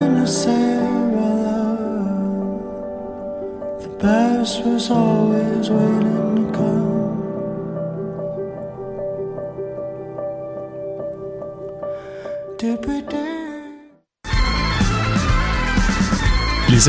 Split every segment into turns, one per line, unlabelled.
uh, past was always waiting to come.
Les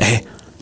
Eh,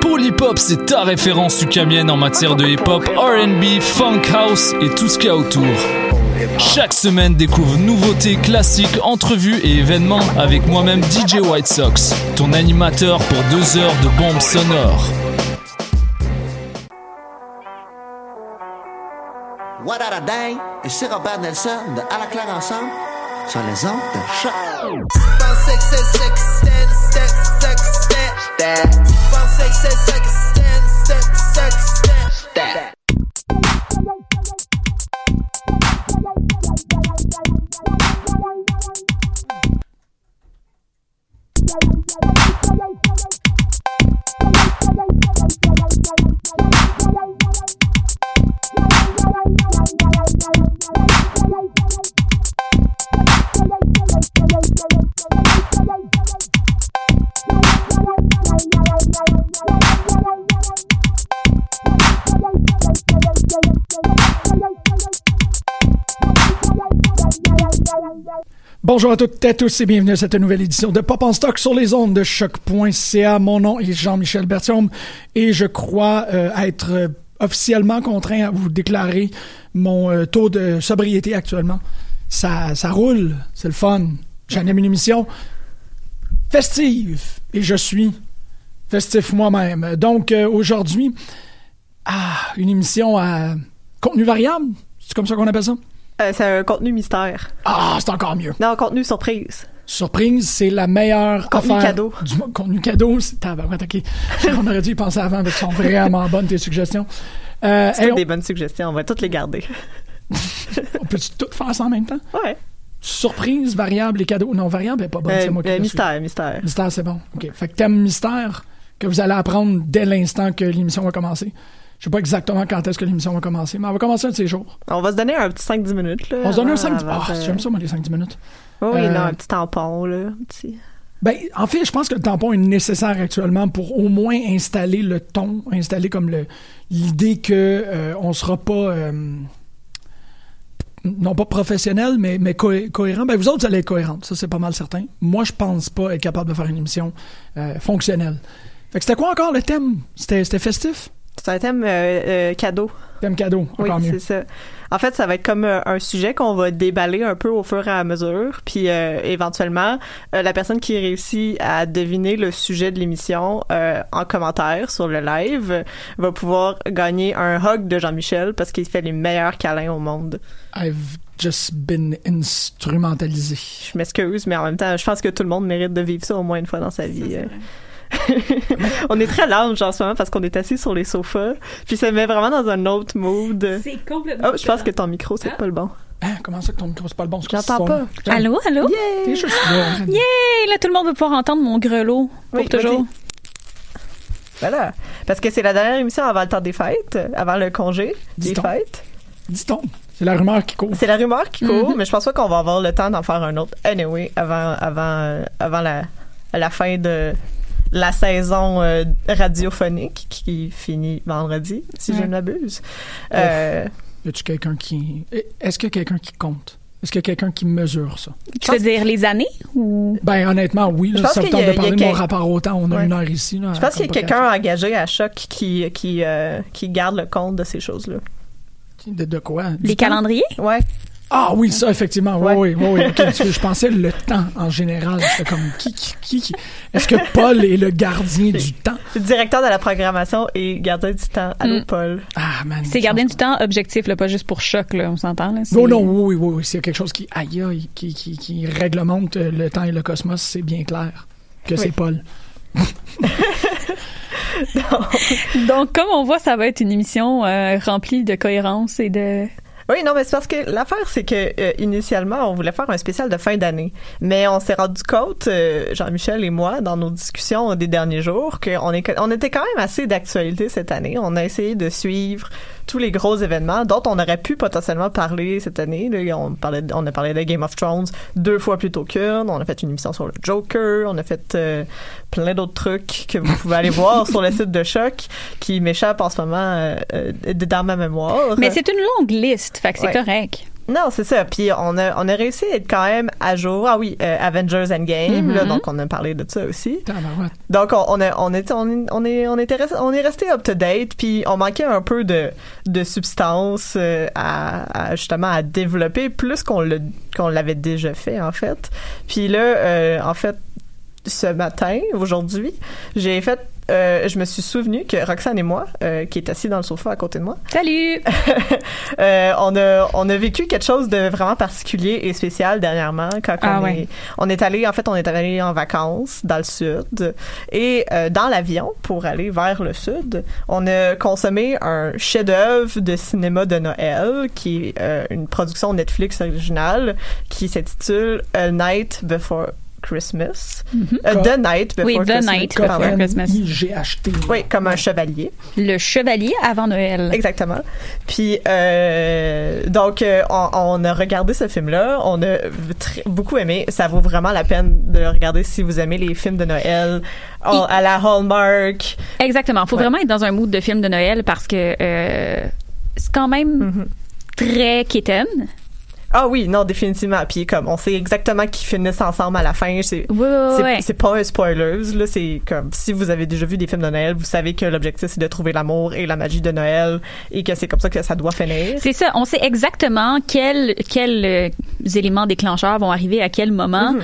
Polypop, c'est ta référence ukamienne en matière de hip-hop, RB, funk house et tout ce qu'il y a autour. Chaque semaine, découvre nouveautés, classiques, entrevues et événements avec moi-même DJ White Sox, ton animateur pour deux heures de bombes sonores.
What a day! Ici Robert Nelson de À la claire ensemble sur les ondes de choc.
Bonjour à toutes et à tous et bienvenue à cette nouvelle édition de Pop en Stock sur les ondes de choc.ca. Mon nom est Jean-Michel Bertium et je crois euh, être euh, officiellement contraint à vous déclarer mon euh, taux de sobriété actuellement. Ça, ça roule, c'est le fun. J'anime une émission festive et je suis festif moi-même. Donc euh, aujourd'hui, ah, une émission à contenu variable, c'est comme ça qu'on appelle ça?
Euh, c'est un contenu mystère.
Ah, c'est encore mieux.
Non, contenu surprise.
Surprise, c'est la meilleure
Contenu
affaire.
cadeau.
Du mo- contenu cadeau, c'est tabarouette, ok. On aurait dû y penser avant, mais elles sont vraiment bonnes tes suggestions. Euh,
C'est
hey,
toutes des bonnes suggestions. On va toutes les garder.
on, on peut-tu tout faire ça en même temps?
Ouais.
Surprise, variable et cadeau. Non, variable n'est pas bonne,
Euh,
c'est moi qui
euh,
l'ai
mystère, mystère.
su. Mystère, c'est bon. Ok. Fait que thème mystère que vous allez apprendre dès l'instant que l'émission va commencer. Je sais pas exactement quand est-ce que l'émission va commencer, mais elle va commencer un de ces jours.
On va se donner un petit 5-10 minutes. Là,
On se donne un
avant-
5
avant
Ah,
de-
j'aime ça, moi, les 5-10 minutes.
Oui, oui,
Euh,
non, un petit tampon, là. un petit-
Ben, en fait, je pense que le tampon est nécessaire actuellement pour au moins installer le ton, installer comme le l'idée que euh, on sera pas euh, non pas professionnel, mais, mais cohé- cohérent. Ben, vous autres, vous allez être cohérents, ça c'est pas mal certain. Moi, je pense pas être capable de faire une émission euh, fonctionnelle. Fait que c'était quoi encore le thème? C'était c'était festif?
C'est un thème euh, euh, cadeau.
Thème cadeau,
Oui,
encore mieux.
c'est ça. En fait, ça va être comme euh, un sujet qu'on va déballer un peu au fur et à mesure. Puis euh, éventuellement, euh, la personne qui réussit à deviner le sujet de l'émission euh, en commentaire sur le live euh, va pouvoir gagner un hug de Jean-Michel parce qu'il fait les meilleurs câlins au monde.
I've just been instrumentalisé.
Je m'excuse, mais en même temps, je pense que tout le monde mérite de vivre ça au moins une fois dans sa vie. euh. on est très large en ce moment parce qu'on est assis sur les sofas. Puis ça met vraiment dans un autre mood.
C'est complètement.
Oh, je pense que ton micro, c'est pas le bon.
Hein, comment ça que ton micro c'est pas le bon? C'est quoi ce
J'entends
son?
Allô, allô?
T'es juste là, Ren.
Hey, là, tout le monde va pouvoir entendre mon grelot pour
Oui,
toujours.
vas-y. Voilà. Parce que c'est la dernière émission avant le temps des fêtes, euh, avant le congé des
Dis-donc.
fêtes.
Dis-donc, c'est la rumeur qui court.
C'est la rumeur qui court,
Mhm.
mais je pense pas qu'on va avoir le temps d'en faire un autre anyway avant, avant, euh, avant la, la fin de la saison euh, radiophonique qui finit vendredi, si je ne m'abuse. Euh,
eh, Y a-tu quelqu'un qui. Est-ce que quelqu'un qui compte? Est-ce qu'il y a quelqu'un qui mesure ça?
Tu veux dire les années ou.
Ben, honnêtement, oui.
Je
Là,
pense
ça me
qu'il
tente
y a-
de
il y a
parler de mon
quel-
rapport au temps. On a
Ouais.
une heure ici. là,
Je
hein,
à
pense qu'il y a
comprendre.
quelqu'un engagé à Choc qui, qui, euh, qui garde le compte de ces choses-là.
De, de quoi? Du
Les
temps?
calendriers?
Ouais.
Ah oui, ça, effectivement. Oui, oui,
Ouais.
oui. oui, ok. Parce que je pensais le temps en général. J'étais comme, qui, qui, qui, qui- Est-ce que Paul est le gardien du temps?
Le directeur de la programmation et gardien du temps. Allô,
Mm.
Paul.
Ah, man.
C'est
je pense
gardien du temps objectif, là, pas juste pour choc, là, on s'entend. Là, Ah, c'est-
Non, non, oui, oui, oui, oui. S'il y a quelque chose qui, aïe, aïe, qui, qui, qui réglemente euh, le temps et le cosmos, c'est bien clair que c'est
Oui.
Paul.
Donc, comme on voit, ça va être une émission euh, remplie de cohérence et de.
Oui, non, mais c'est parce que l'affaire, c'est que euh, initialement, on voulait faire un spécial de fin d'année. Mais on s'est rendu compte, euh, Jean-Michel et moi, dans nos discussions des derniers jours, qu'on est, on était quand même assez d'actualité cette année. On a essayé de suivre tous les gros événements dont on aurait pu potentiellement parler cette année. Là, on, parlait, de- on a parlé de Game of Thrones deux fois plus tôt qu'une. On a fait une émission sur le Joker. On a fait euh, plein d'autres trucs que vous pouvez aller voir sur le site de Choc qui m'échappent en ce moment euh, euh, dans ma mémoire.
Mais c'est une longue liste, fait que c'est
Ouais.
correct.
Non, c'est ça. Puis on a, on a réussi à être quand même à jour. Ah oui, euh, Avengers Endgame,
Mm-hmm.
là, donc on a parlé de ça aussi.
Tabarouette.
Donc on, on, a, on, est, on, est, on, est, on, était rest- on est resté up to date, puis on manquait un peu de, de substance euh, à, à- justement à développer, plus qu'on le- qu'on l'avait déjà fait en fait. Puis là, euh, en fait, ce matin, aujourd'hui, j'ai fait... euh, je me suis souvenu que Roxane et moi, euh, qui est assis dans le sofa à côté de moi,
Salut!
euh, on, a, on a vécu quelque chose de vraiment particulier et spécial dernièrement quand
Ah
on,
ouais.
est, on est allé en fait on est allé en vacances dans le sud et euh, dans l'avion pour aller vers le sud on a consommé un chef-d'œuvre de cinéma de Noël qui est euh, une production Netflix originale qui s'intitule A Night Before Christmas Euh, The Night Before
Mhm. Oui, The
Christmas
Night
pardon.
Before Christmas.
J'ai acheté.
oui comme un chevalier
Le chevalier avant Noël.
Exactement. Puis euh, donc euh, on, on a regardé ce film-là, on a tr- beaucoup aimé. Ça vaut vraiment la peine de le regarder si vous aimez les films de Noël en- à la Hallmark.
Exactement. Faut
Ouais.
vraiment être dans un mood de film de Noël parce que euh, c'est quand même très kitten.
Mm-hmm. Ah oui, non définitivement. Puis comme on sait exactement qu'ils finissent ensemble à la fin. C'est
Ouais, ouais,
c'est-
ouais.
c'est pas un spoiler, là. C'est comme si vous avez déjà vu des films de Noël, vous savez que l'objectif c'est de trouver l'amour et la magie de Noël et que c'est comme ça que ça doit finir.
C'est ça, on sait exactement quels, quels euh, éléments déclencheurs vont arriver à quel moment.
Mhm.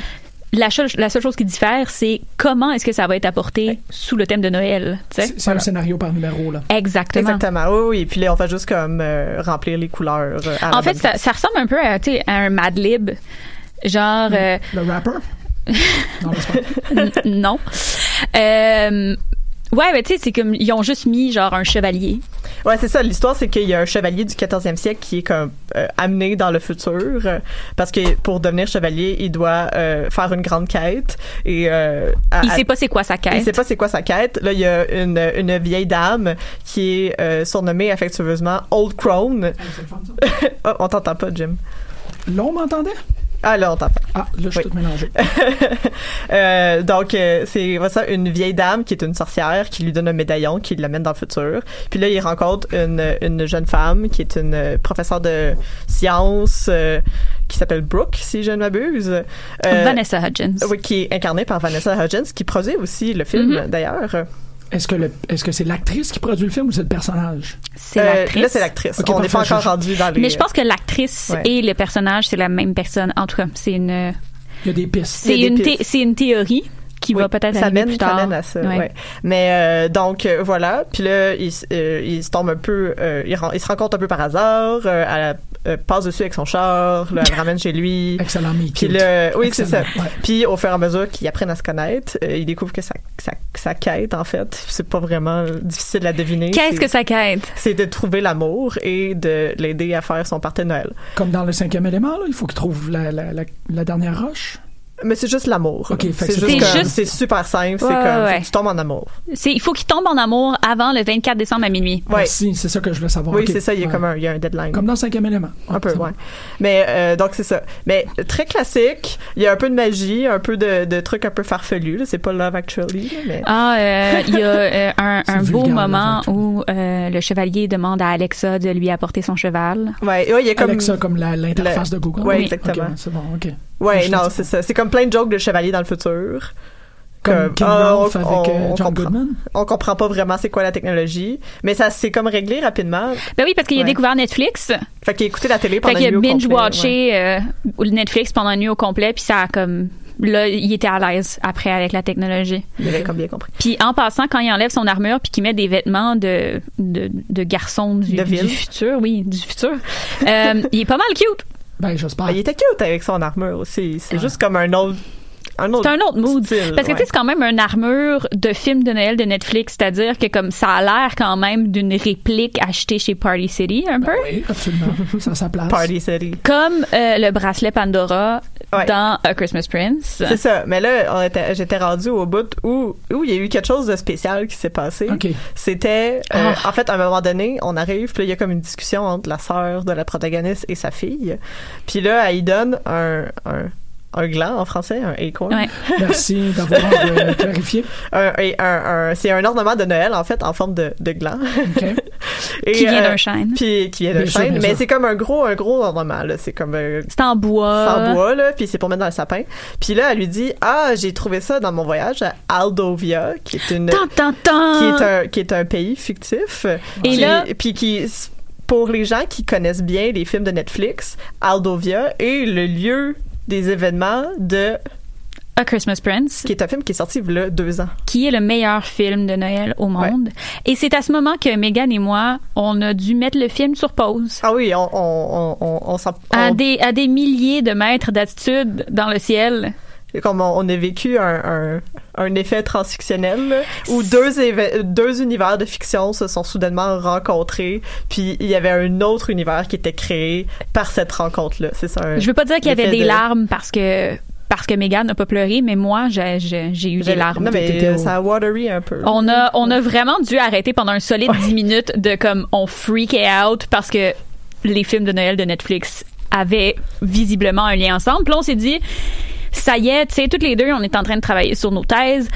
La, cho- la seule chose qui diffère, c'est comment est-ce que ça va être apporté sous le thème de Noël. tu sais.
C'est c'est un scénario par numéro, là.
Exactement.
Exactement. Oui, oui. Puis là, on fait juste comme euh, remplir les couleurs. euh, à la
En fait,
bonne
ça, ça ressemble un peu à, tu sais, à un Mad Lib. Genre, euh,
Le rapper? Non, c'est pas.
n- non. Euh, ouais, mais tu sais, c'est comme, ils ont juste mis genre un chevalier.
Ouais, c'est ça. L'histoire, c'est qu'il y a un chevalier du 14e siècle qui est comme euh, amené dans le futur euh, parce que pour devenir chevalier, il doit euh, faire une grande quête et euh, à-
Il
à-
sait pas c'est quoi sa quête.
il sait pas c'est quoi sa quête. Là, il y a une, une vieille dame qui est euh, surnommée affectueusement Old Crone. Oh, on t'entend pas, Jim.
Là, on m'entendait?
Ah là, on t'entend.
Ah, là, je suis
Oui.
tout mélangé.
Euh, donc euh, c'est voilà ça une vieille dame qui est une sorcière qui lui donne un médaillon qui l'amène dans le futur. Puis là il rencontre une, une jeune femme qui est une euh, professeure de sciences euh, qui s'appelle Brooke si je ne m'abuse. Euh,
Vanessa Hudgens.
Oui, qui est incarnée par Vanessa Hudgens qui produit aussi le film
Mhm.
d'ailleurs.
Est-ce que le- est-ce que c'est l'actrice qui produit le film ou c'est le personnage?
C'est
Euh,
l'actrice.
là c'est l'actrice.
Ok,
On n'est pas
parfait,
encore
je-
rendu dans les euh,
Mais je pense que l'actrice
Ouais.
et le personnage, c'est la même personne. En tout cas, c'est une,
Il y a des pistes.
c'est
des
une, thé-
pistes.
c'est une théorie qui
Oui,
va peut-être
ça
arriver
mène,
plus
ça
tard.
mène à ça,
Ouais.
ouais. Mais euh, donc euh, voilà, puis là il, s- euh, il se tombe un peu, euh, il, ren- il se rencontre un peu par hasard, euh, elle euh, passe dessus avec son char, là, elle le ramène chez lui.
Excellent, mais
Puis
cute.
le, oui, c'est ça.
Excellent, ouais.
Puis au fur et à mesure qu'ils apprennent à se connaître, euh, ils découvrent que ça, que ça, que ça quête en fait, c'est pas vraiment difficile à deviner.
Qu'est-ce
C'est-
que ça quête?
C'est de trouver l'amour et de l'aider à faire son party de Noël.
Comme dans le cinquième élément, là, il faut qu'il trouve la, la- la- la dernière roche.
Mais c'est juste l'amour.
Ok, fait que
c'est
c'est
juste,
juste-
comme- c'est super simple.
Ouais,
c'est comme
ouais,
faut
ouais.
que tu tombes en amour.
C'est, il faut qu'il tombe en amour avant le 24 décembre à minuit.
Ouais.
Merci, c'est ça que je voulais savoir.
Oui,
Ok.
c'est ça. Il y a
Ouais.
comme un, il y a un deadline.
Comme dans le cinquième élément.
Un peu,
c'est bon.
ouais. Mais euh, donc c'est ça. Mais très classique. Il y a un peu de magie, un peu de, de trucs un peu farfelus. là. C'est pas Love Actually, là, mais
Ah, euh, il y a euh, un,
C'est
un beau
vulgaire,
moment
là,
où où euh, le chevalier demande à Alexa de lui apporter son cheval.
Ouais, ouais, il y a comme.
Alexa, comme la- l'interface de Google.
Ouais,
Oui.
exactement.
Ok, c'est bon, OK.
Ouais,
Je
non,
sais-
c'est ça. C'est comme plein de jokes de chevalier dans le futur.
Comme King
ah,
Ralph avec euh, John
comprend-
Goodman.
On comprend pas vraiment c'est quoi la technologie, mais ça s'est comme réglé rapidement.
Ben oui, parce qu'il a
Ouais.
découvert Netflix.
Fait qu'il a écouté la télé
Fait
pendant
qu'il a
une nuit au complet, ouais.
binge-watché euh, le Netflix pendant une nuit au complet, puis ça a comme... Là, il était à l'aise après avec la technologie.
Il avait comme bien compris.
Puis en passant, quand il enlève son armure puis qu'il met des vêtements de, de, de garçon du,
De
du
ville.
futur, oui, du futur, euh, il est pas mal cute.
Ben, j'espère.
Ah, Il était cute avec son armure aussi. C'est juste comme un autre. Un autre
Ah. C'est un autre mood.
style,
Parce que tu sais,
ouais.
c'est quand même une armure de film de Noël de Netflix, c'est-à-dire que comme ça a l'air quand même d'une réplique achetée chez Party City un peu.
Oui, absolument. Ça a sa place.
Party City.
Comme euh, le bracelet Pandora
Ouais.
dans A Christmas Prince.
C'est ça. Mais là, on était- j'étais rendue au bout où, où il y a eu quelque chose de spécial qui s'est passé.
OK.
C'était, euh,
Ah.
en fait, à un moment donné, on arrive, puis là, il y a comme une discussion entre la sœur de la protagoniste et sa fille. Puis là, elle lui donne un, un, un gland en français, un acorn.
Ouais.
Merci d'avoir euh, clarifié.
Un- et un- un- c'est un ornement de Noël, en fait, en forme de, de gland.
OK.
Et,
Qui vient
euh,
d'un chêne.
Puis qui vient d'un
Bien sûr,
chêne.
bien
Mais
sûr.
c'est comme un gros, un gros ornement, là. C'est comme un
C'est en bois.
sans bois, là, puis c'est pour mettre dans le sapin. Puis là, elle lui dit Ah, j'ai trouvé ça dans mon voyage à Aldovia, qui est une.
Tan, tan, tan.
qui est un qui est un pays fictif. Qui-
là-
puis qui pour les gens qui connaissent bien les films de Netflix, Aldovia est le lieu des événements de
A Christmas Prince,
qui est un film qui est sorti il y a deux ans.
qui est le meilleur film de Noël au monde. Et c'est à ce moment que Megan et moi, on a dû mettre le film sur pause.
Ah oui, on on on on, on s'en-
À
on-
Ah, des, à des milliers de mètres d'altitude dans le ciel.
comme on, on a vécu un, un, un effet transfictionnel là, où deux, éve- deux univers de fiction se sont soudainement rencontrés, puis il y avait un autre univers qui était créé par cette rencontre-là. C'est ça. un-
Je veux pas dire qu'il y avait
l'effet
des
de-
larmes parce que parce que Megan n'a pas pleuré, mais moi, j'ai- j'ai j'ai eu des larmes.
Non, mais
T'étais
euh,
au-
ça a watery un peu.
On a, on a vraiment dû arrêter pendant un solide 10 minutes de comme on freak out parce que les films de Noël de Netflix avaient visiblement un lien ensemble. Puis là, on s'est dit, ça y est, tu sais, toutes les deux, on est en train de travailler sur nos thèses.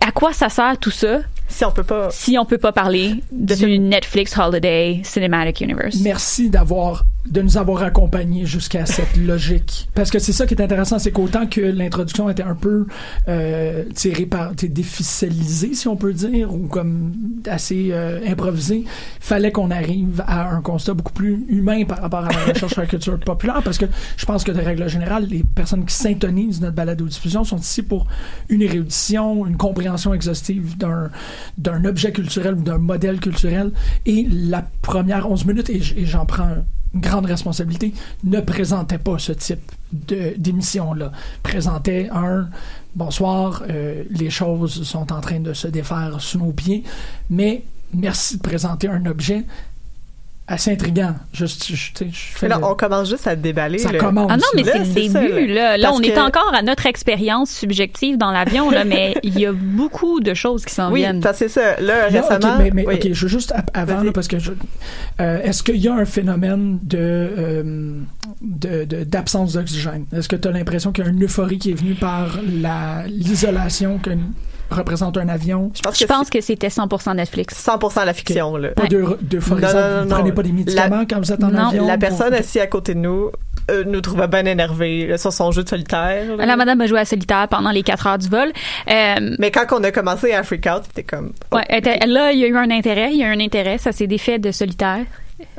À quoi ça sert tout ça
Si on peut pas.
si on peut pas parler du Netflix Holiday Cinematic Universe?
Merci d'avoir de nous avoir accompagnés jusqu'à cette logique. Parce que c'est ça qui est intéressant, c'est qu'autant que l'introduction était un peu euh, tirée par, tu sais, déficélisée, si on peut dire, ou comme assez euh, improvisée, fallait qu'on arrive à un constat beaucoup plus humain par rapport à la recherche sur la culture populaire, parce que je pense que de règle générale, les personnes qui s'intonisent notre balado-diffusion sont ici pour une érudition, une compréhension exhaustive d'un d'un objet culturel ou d'un modèle culturel. Et la première 11 minutes, et j- et j'en prends une grande responsabilité, ne présentait pas ce type de- d'émission-là. Présentait un bonsoir, euh, les choses sont en train de se défaire sous nos pieds, mais merci de présenter un objet assez intriguant. Juste, je, tu sais, je fais
Mais là,
le-
on commence juste à déballer.
ça
là.
commence.
Ah non, mais
Là,
c'est le
c'est ça,
début.
là.
là, Là,
Parce
on est
que-
encore à notre expérience subjective dans l'avion, là, mais il y a beaucoup de choses qui s'en
Oui,
viennent.
parce que c'est ça. Là,
Là,
récemment.
Ah, ok, mais, mais,
oui.
ok, je veux juste a- avant,
Vas-y.
là, parce que je- euh, est-ce qu'il y a un phénomène de euh, de- de- d'absence d'oxygène Est-ce que tu as l'impression qu'il y a une euphorie qui est venue par la l'isolation que représente un avion
Je pense
Je
que
pense que c'était 100% Netflix.
c'est 100% la fiction, là.
Pas d'euro- d'euphorie.
Non,
ça,
non, non,
vous
non.
prenez pas des médicaments
La-
quand vous êtes en
Non,
avion.
La
pour-
personne assise à côté de nous euh, nous trouvait bien énervés là, sur son jeu de solitaire. là.
La madame a joué à solitaire pendant les 4 heures du vol. Euh,
Mais quand on a commencé à freak out, c'était comme. oh,
ouais, elle était- là, il y a eu un intérêt. Il y a eu un intérêt. Ça s'est défait de solitaire.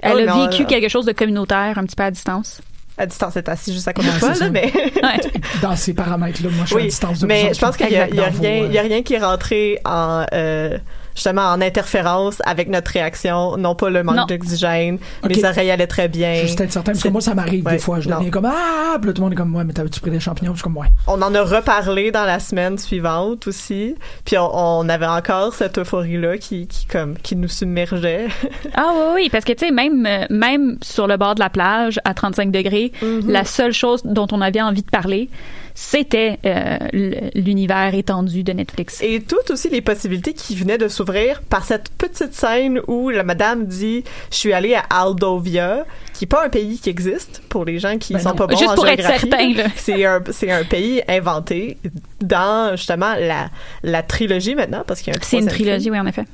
Elle
Oh,
a
non,
vécu
non.
quelque chose de communautaire un petit peu à distance.
à distance, c'est assis juste à côté
Ouais,
de toi,
c'est
là,
ça.
mais.
Ouais.
Dans ces paramètres-là, moi, je suis à
oui,
distance de vous
mais
autres.
je pense qu'il y a, il y a
Dans vos,
rien,
euh,
il y a rien qui est rentré en. euh, justement en interférence avec notre réaction, non pas le
Non.
manque d'oxygène,
Ok.
mes oreilles allaient très bien.
Juste être certain, parce que
C'est-
moi, ça m'arrive
Ouais,
des fois. Je
non.
deviens comme Ah, puis là, tout le monde est comme Ouais, mais t'avais-tu pris des champignons Je suis comme Ouais.
On en a reparlé dans la semaine suivante aussi, puis on, on avait encore cette euphorie-là qui, qui, comme, qui nous submergeait.
Ah oui, oui, parce que tu sais, même, euh, même sur le bord de la plage, à 35 degrés, la seule chose dont on avait envie de parler, c'était euh, l- l'univers étendu de Netflix.
Et toutes aussi les possibilités qui venaient de s'ouvrir par cette petite scène où la madame dit « Je suis allée à Aldovia », qui n'est pas un pays qui existe pour les gens qui
Ben
sont
non.
pas bons
Juste
en
pour être
géographie.
certain, là.
C'est un, c'est un pays inventé dans, justement, la, la trilogie maintenant, parce qu'il y a un
C'est une
troisième film.
trilogie, oui, en effet.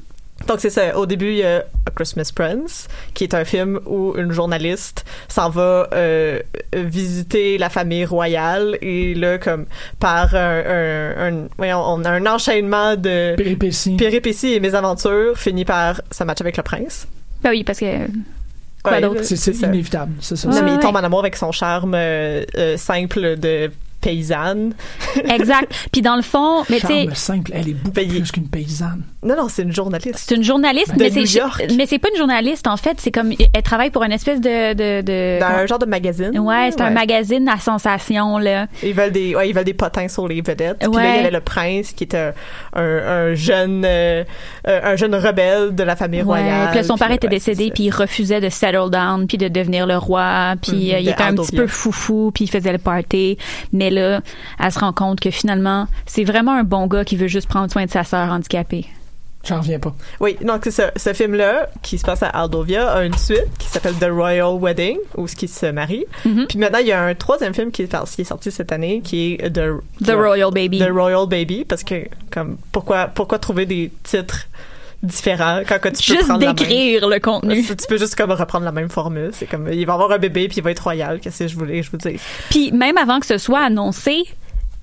Donc c'est ça. Au début, il y a A Christmas Prince, qui est un film où une journaliste s'en va euh, visiter la famille royale et là, comme par un, un- un- voyons, on a un enchaînement de
Péripétie.
péripéties et mésaventures, finit par sa match avec le prince.
Ben oui, parce que. Quoi
Ouais,
d'autre?
C'est- C'est
ça.
inévitable, c'est ça.
Ouais.
Non, mais il tombe en amour avec son charme euh, euh, simple de paysanne.
Exact. Puis dans le fond, mais tu sais,
Charme simple, elle est beaucoup
Payé.
plus qu'une paysanne.
Non, non, c'est une journaliste.
c'est une journaliste,
De
mais
New
c'est
York.
mais c'est pas une journaliste en fait. C'est comme elle travaille pour une espèce de de, de-
Dans un genre de magazine.
ouais, c'est un
magazine.
magazine à sensation là.
Ils veulent des, ouais, ils veulent des potins sur les vedettes. Puis là,
Ouais.
il y avait le prince qui était un, un- un jeune, euh, euh, un jeune rebelle de la famille royale.
Ouais. Puis là, son père était
ouais,
décédé,
c'est
puis il refusait de settle down, puis de devenir le roi, puis
Mhm,
euh, il
de
était un
Aldo
petit
Via.
peu foufou, puis il faisait le party. Mais là, elle se rend compte que finalement, c'est vraiment un bon gars qui veut juste prendre soin de sa sœur handicapée.
J'en reviens pas.
ça. Oui, donc c'est ça. Ce film-là, qui se passe à Aldovia, a une suite qui s'appelle The Royal Wedding, où ce qui se marie.
Mhm.
Puis maintenant, il y a un troisième film qui est, par- qui est sorti cette année, qui est The,
The Royal Baby.
The Royal Baby, parce que comme pourquoi pourquoi trouver des titres différents quand que tu peux
Juste
prendre la même-
décrire le contenu.
Tu peux juste comme reprendre la même formule. C'est comme il va avoir un bébé puis il va être royal. Qu'est-ce que je voulais que je vous dise?
Puis même avant que ce soit annoncé,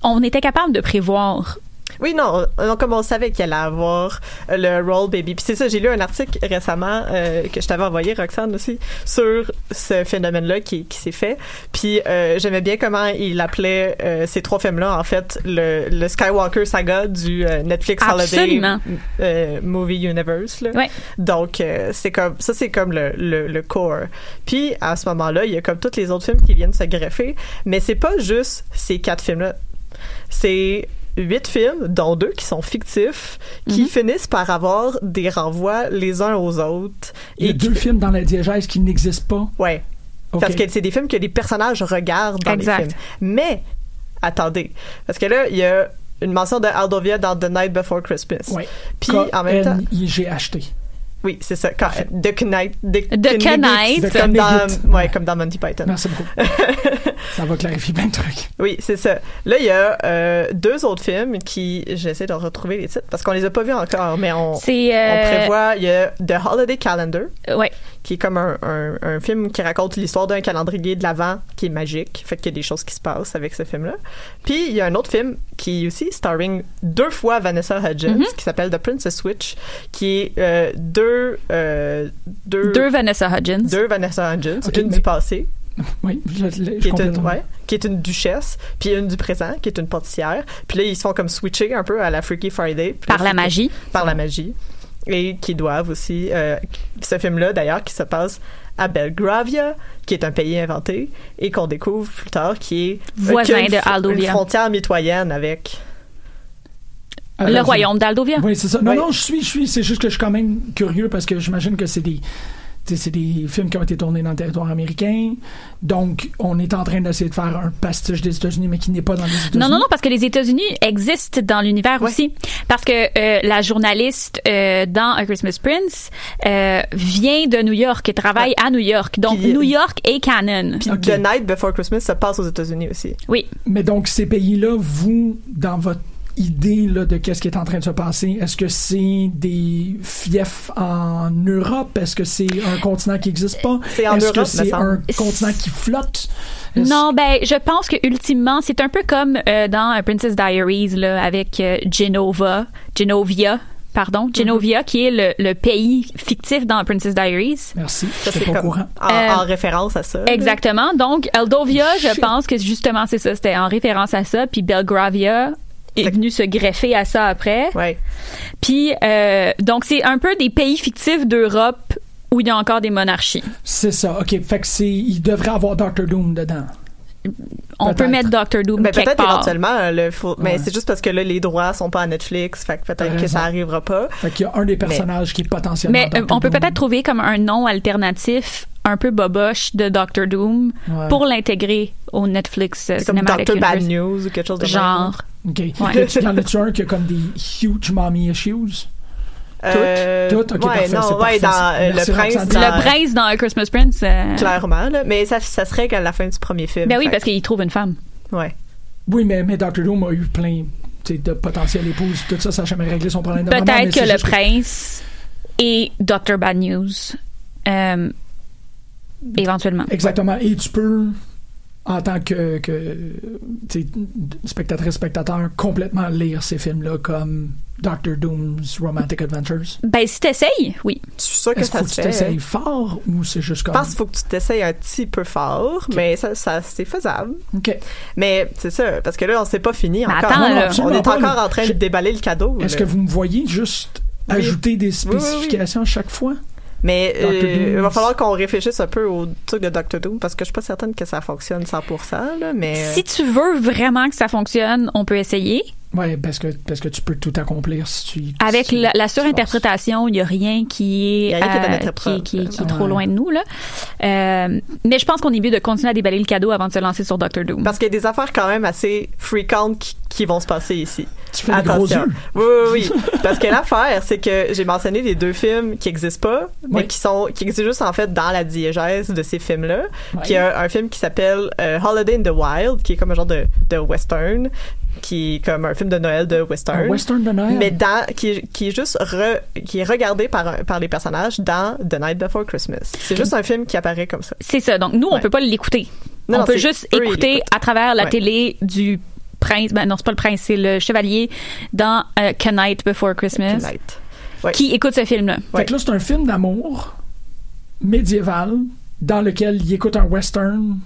on était capable de prévoir.
Oui, non, on, comme on savait qu'il allait avoir euh, le Roll Baby. Puis c'est ça, j'ai lu un article récemment euh, que je t'avais envoyé, Roxane, aussi, sur ce phénomène-là qui, qui s'est fait. Puis euh, j'aimais bien comment il appelait euh, ces trois films-là, en fait, le, le Skywalker saga du euh, Netflix
Absolument.
Holiday euh, Movie Universe. Là.
Ouais.
Donc, euh, c'est comme ça, c'est comme le, le, le core. Puis, à ce moment-là, il y a comme tous les autres films qui viennent se greffer, mais c'est pas juste ces quatre films-là. C'est huit films, dont deux qui sont fictifs, qui finissent par avoir des renvois les uns aux autres.
Il y a
qui-
deux films dans la diégèse qui n'existent pas.
Ouais.
Ok.
Parce que c'est des films que les personnages regardent dans
Exact.
les films. Mais, attendez, parce que là, il y a une mention de Aldovia dans The Night Before Christmas.
Ouais.
Puis, en même temps...
j'ai acheté.
Oui, c'est ça. Quand, de Knight. De,
De Knight.
De
Comme dans,
Knight.
ouais, comme dans Monty Python.
Merci beaucoup. ça va clarifier plein de trucs.
Oui, c'est ça. Là, il y a euh, deux autres films qui, j'essaie de retrouver les titres parce qu'on les a pas vus encore, mais on,
C'est
on
euh,
prévoit. Il y a The Holiday Calendar,
ouais,
qui est comme un, un- un film qui raconte l'histoire d'un calendrier de l'Avent qui est magique. Fait qu'il y a des choses qui se passent avec ce film-là. Puis, il y a un autre film qui est aussi starring deux fois Vanessa Hudgens,
Mm-hmm.
qui s'appelle The Princess Switch, qui est euh, deux, euh, deux,
deux Vanessa Hudgens.
deux Vanessa Hudgens,
Ok,
une
mais-
du passé
Oui, je, je, je
qui est,
comprends.
une, ouais, qui est une duchesse, puis une du présent, qui est une pâtissière. Puis là, ils se font comme switcher un peu à la Freaky Friday. Puis là,
Par la
c'est-
magie.
Par la magie. Et qui doivent aussi... euh, ce film-là, d'ailleurs, qui se passe à Belgravia, qui est un pays inventé, et qu'on découvre plus tard qui est... euh,
Voisin
qui a une
de
fr-
Aldovia.
Une frontière mitoyenne avec...
Ah,
Le
vas-y.
royaume d'Aldovia.
Oui, c'est ça. Non,
Ouais.
non, je suis, je suis. C'est juste que je suis quand même curieux parce que j'imagine que c'est des. tu sais, C'est des films qui ont été tournés dans le territoire américain. Donc, on est en train d'essayer de faire un pastiche des États-Unis, mais qui n'est pas dans les États-Unis.
Non, non, non, parce que les États-Unis existent dans l'univers
Ouais.
aussi. Parce que euh, la journaliste euh, dans A Christmas Prince euh, vient de New York et travaille à New York. Donc,
Puis, euh,
New York est canon.
Puis
Ok.
The Night Before Christmas se passe aux États-Unis aussi.
Oui.
Mais donc, ces pays-là, vous, dans votre idée là, de qu'est-ce qui est en train de se passer, est-ce que c'est des fiefs en Europe? Est-ce que c'est un continent qui n'existe pas?
C'est en
Est-ce que
Europe, me
c'est un
semble.
continent qui flotte? Est-ce-
Non, ben, je pense que ultimement, c'est un peu comme euh, dans euh, Princess Diaries là, avec euh, Genova, Genovia, pardon,
Mhm.
Genovia, qui est le, le pays fictif dans Princess Diaries.
Merci, je
Ça, c'est
n'étais pas au
comme
courant.
en,
Euh,
en référence à ça.
Exactement. Donc, Eldovia, je
Shit.
pense que justement, c'est ça, c'était en référence à ça. Puis Belgravia est
C'est-
venu se greffer à ça après.
Ouais.
Puis, euh, donc, c'est un peu des pays fictifs d'Europe où il y a encore des monarchies.
C'est ça, ok. Fait que c'est. Il devrait avoir Doctor Doom dedans.
On peut
Peut-être.
mettre Dr. Doom
Ben,
quelque
peut-être
part.
éventuellement euh, le faut- mais
Ouais.
c'est juste parce que là les droits sont pas à Netflix fait que peut-être
T'as
que
raison.
ça arrivera pas
Fait qu'il y a un des personnages qui est potentiellement.
Mais euh,
Dr.
on peut
Doom.
peut-être trouver comme un nom alternatif un peu boboche de Dr. Doom
Ouais.
pour l'intégrer au Netflix euh,
c'est comme
Cinematic
Dr Bad
Universe.
News ou quelque chose de
Genre.
Ok.
Ouais.
Y en a-tu un qui a comme des huge mommy issues?
même. Euh,
Tout? Tout? Ok,
ouais,
parfait, c'est
non ouais
parfait,
dans
ça.
euh,
Merci,
le prince
Roxane.
dans-
Le prince dans A Christmas Prince. euh,
clairement là, mais ça ça serait qu'à la fin du premier film
ben oui,
fait
parce qu'il trouve une femme.
que- ouais
Oui, mais, mais Dr. Doom a eu plein tu sais, de potentielles épouses. Tout ça, ça n'a jamais réglé son problème de maman, mais
Peut-être
c'est
que le
juste
prince et Dr. Bad News. euh, éventuellement.
Exactement. Et tu peux, en tant que, que tu sais, spectatrice, spectateur, complètement lire ces films-là comme Doctor Doom's Romantic Adventures.
Ben, si t'essayes, oui.
Je suis sûre que
Est-ce qu'il
ça
faut que
se
tu
fait.
t'essayes fort ou c'est juste
Je
comme.
pense qu'il faut que tu t'essayes un petit peu fort, mais ça, ça c'est faisable.
OK.
Mais c'est ça, parce que là, on s'est pas fini
Mais
encore.
attends, là.
on
Absolument
est
pas,
encore
là.
en train
Je-
de déballer le cadeau.
Est-ce
là.
que vous me voyez juste
Oui.
ajouter des
Oui, oui, oui.
spécifications à chaque fois?
Mais
Dr.
euh,
Doom.
il va falloir qu'on réfléchisse un peu au truc de Doctor Doom, parce que je suis pas certaine que ça fonctionne 100%, là, mais... euh,
Si tu veux vraiment que ça fonctionne, on peut essayer.
Oui, parce que, parce que tu peux tout accomplir si tu.
Avec
si
la, la
tu forces.
surinterprétation, il n'y a rien qui
Y
est,
a rien qui est à
euh,
notre
qui, qui-
épreuve.
qui est
Ouais.
trop loin de nous. Là. Euh, mais je pense qu'on est mieux de continuer à déballer le cadeau avant de se lancer sur Doctor Doom.
Parce qu'il y a des affaires quand même assez freakantes qui, qui vont se passer ici.
Tu fais des gros yeux.
Oui, oui, oui. Parce que l'affaire, c'est que j'ai mentionné les deux films qui existent pas, mais
Oui.
qui sont qui existent juste en fait dans la diégèse de ces films-là.
Ouais.
Puis il y a un film qui s'appelle euh, Holiday in the Wild, qui est comme un genre de, de western, qui est comme un film de Noël de western.
Un western de Noël.
Mais dans, qui, est- qui est juste re- qui est regardé par, un- par les personnages dans The Night Before Christmas. C'est juste un film qui apparaît comme ça.
C'est ça. Donc, nous, on
Ouais.
peut pas l'écouter.
Non,
on
non,
peut
c'est
juste
eux, ils
écouter
l'écoutent.
à travers la
Ouais.
télé du prince. Ben non, c'est pas le prince, c'est le chevalier dans euh, Can Night Before Christmas.
Night.
Qui écoute ce film-là.
Fait que là, c'est un film d'amour médiéval dans lequel il écoute un western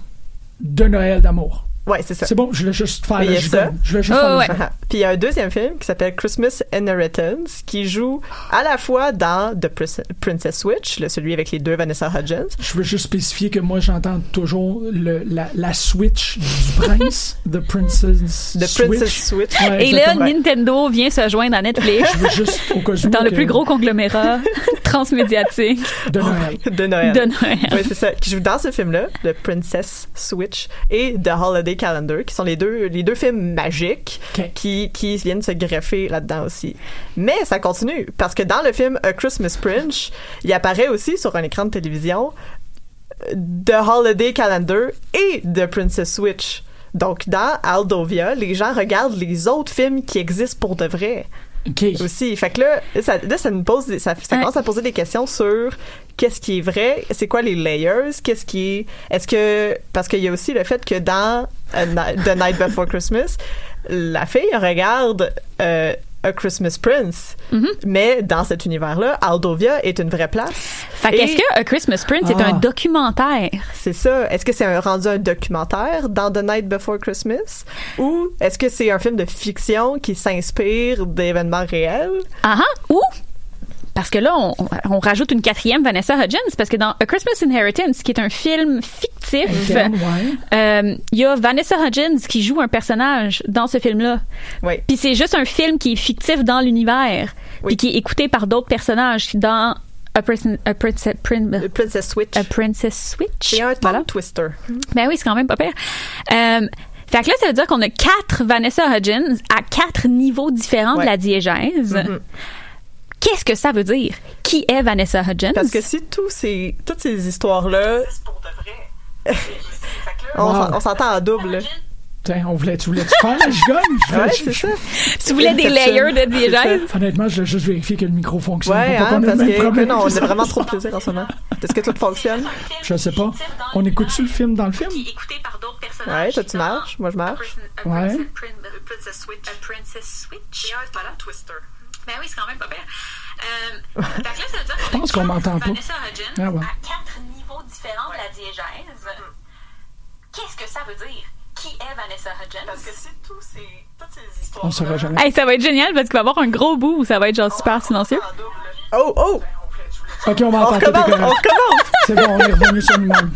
de Noël d'amour.
Ouais, c'est ça.
C'est bon, je vais juste faire
Mais il
le
y a ça.
Je vais juste
Ah,
faire le
ouais.
jeu.
Ah, Puis il y a un deuxième film qui s'appelle Christmas Inheritance qui joue à la fois dans The Pris- Princess Switch, le celui avec les deux Vanessa Hudgens.
Je veux juste spécifier que moi, j'entends toujours le, la, la switch du prince, The Princess
The
Switch.
Princess Switch.
Ouais,
Et là,
exactement.
Nintendo vient se joindre à Netflix
Je veux juste, au cas où,
dans le
que-
plus gros conglomérat transmédiatique Oh,
de Noël.
De Noël.
de Noël.
Oui, c'est ça. Qui joue dans ce film-là, The Princess Switch et The Holiday Calendar, qui sont les deux, les deux films magiques
Ok.
qui, qui viennent se greffer là-dedans aussi. Mais ça continue, parce que dans le film A Christmas Prince, il apparaît aussi sur un écran de télévision euh, The Holiday Calendar et The Princess Switch. Donc, dans Aldovia, les gens regardent les autres films qui existent pour de vrai
OK.
aussi. Fait que là, ça, là, ça nous pose, des- ça, ça
Ouais.
commence à poser des questions sur qu'est-ce qui est vrai, c'est quoi les layers, qu'est-ce qui est, est-ce que, parce qu'il y a aussi le fait que dans A Ni- The Night Before Christmas, la fille regarde euh, A Christmas Prince,
Mm-hmm.
mais dans cet univers-là, Aldovia est une vraie place.
Fait
Et-
qu'est-ce que A Christmas Prince est
Ah.
un documentaire?
C'est ça. Est-ce que c'est un, rendu un documentaire dans The Night Before Christmas ou est-ce que c'est un film de fiction qui s'inspire d'événements réels?
Ah ah, ou parce que là, on, on rajoute une quatrième Vanessa Hudgens, parce que dans A Christmas Inheritance, qui est un film fictif,
Ok, ouais.
euh, il y a Vanessa Hudgens qui joue un personnage dans ce film-là.
Oui.
Puis c'est juste un film qui est fictif dans l'univers,
Oui.
puis qui est écouté par d'autres personnages dans A, Person- A Prince- Prin-
The Princess Switch.
A Princess Switch.
C'est un tongue
Voilà.
twister.
Ben oui, c'est quand même pas pire. Euh, fait que là, ça veut dire qu'on a quatre Vanessa Hudgens à quatre niveaux différents de
Ouais.
la diégèse. Qu'est-ce que ça veut dire? Qui est Vanessa Hudgens?
Parce que si tous ces, toutes ces histoires-là. on
Wow.
s'en- on s'entend en double.
Tiens, on voulait, tu voulais-tu faire la gigogne? Je voulais-
Ouais,
je-
c'est ça.
tu voulais des
Inception.
layers de diégèse?
Honnêtement, je voulais juste vérifier que le micro fonctionne.
Ouais,
pour pas
hein,
qu'on ait le
parce
même
que
problème
non, on
que
a
ça.
vraiment trop de plaisir en ce moment. Est-ce que tout fonctionne?
Je sais pas. On écoute-tu le film dans le film?
Ouais, toi tu marches, moi je marche.
Ouais. Je pense qu'on m'entend pas. Ah ouais. On saura jamais.
Hey, ça va être génial parce qu'il va y avoir un gros bout où ça va être genre super silencieux.
Oh, oh!
Ok, on
On
m'entend. tout est
recommence, on
correct.
recommence!
C'est bon, on est revenu sur nous-mêmes.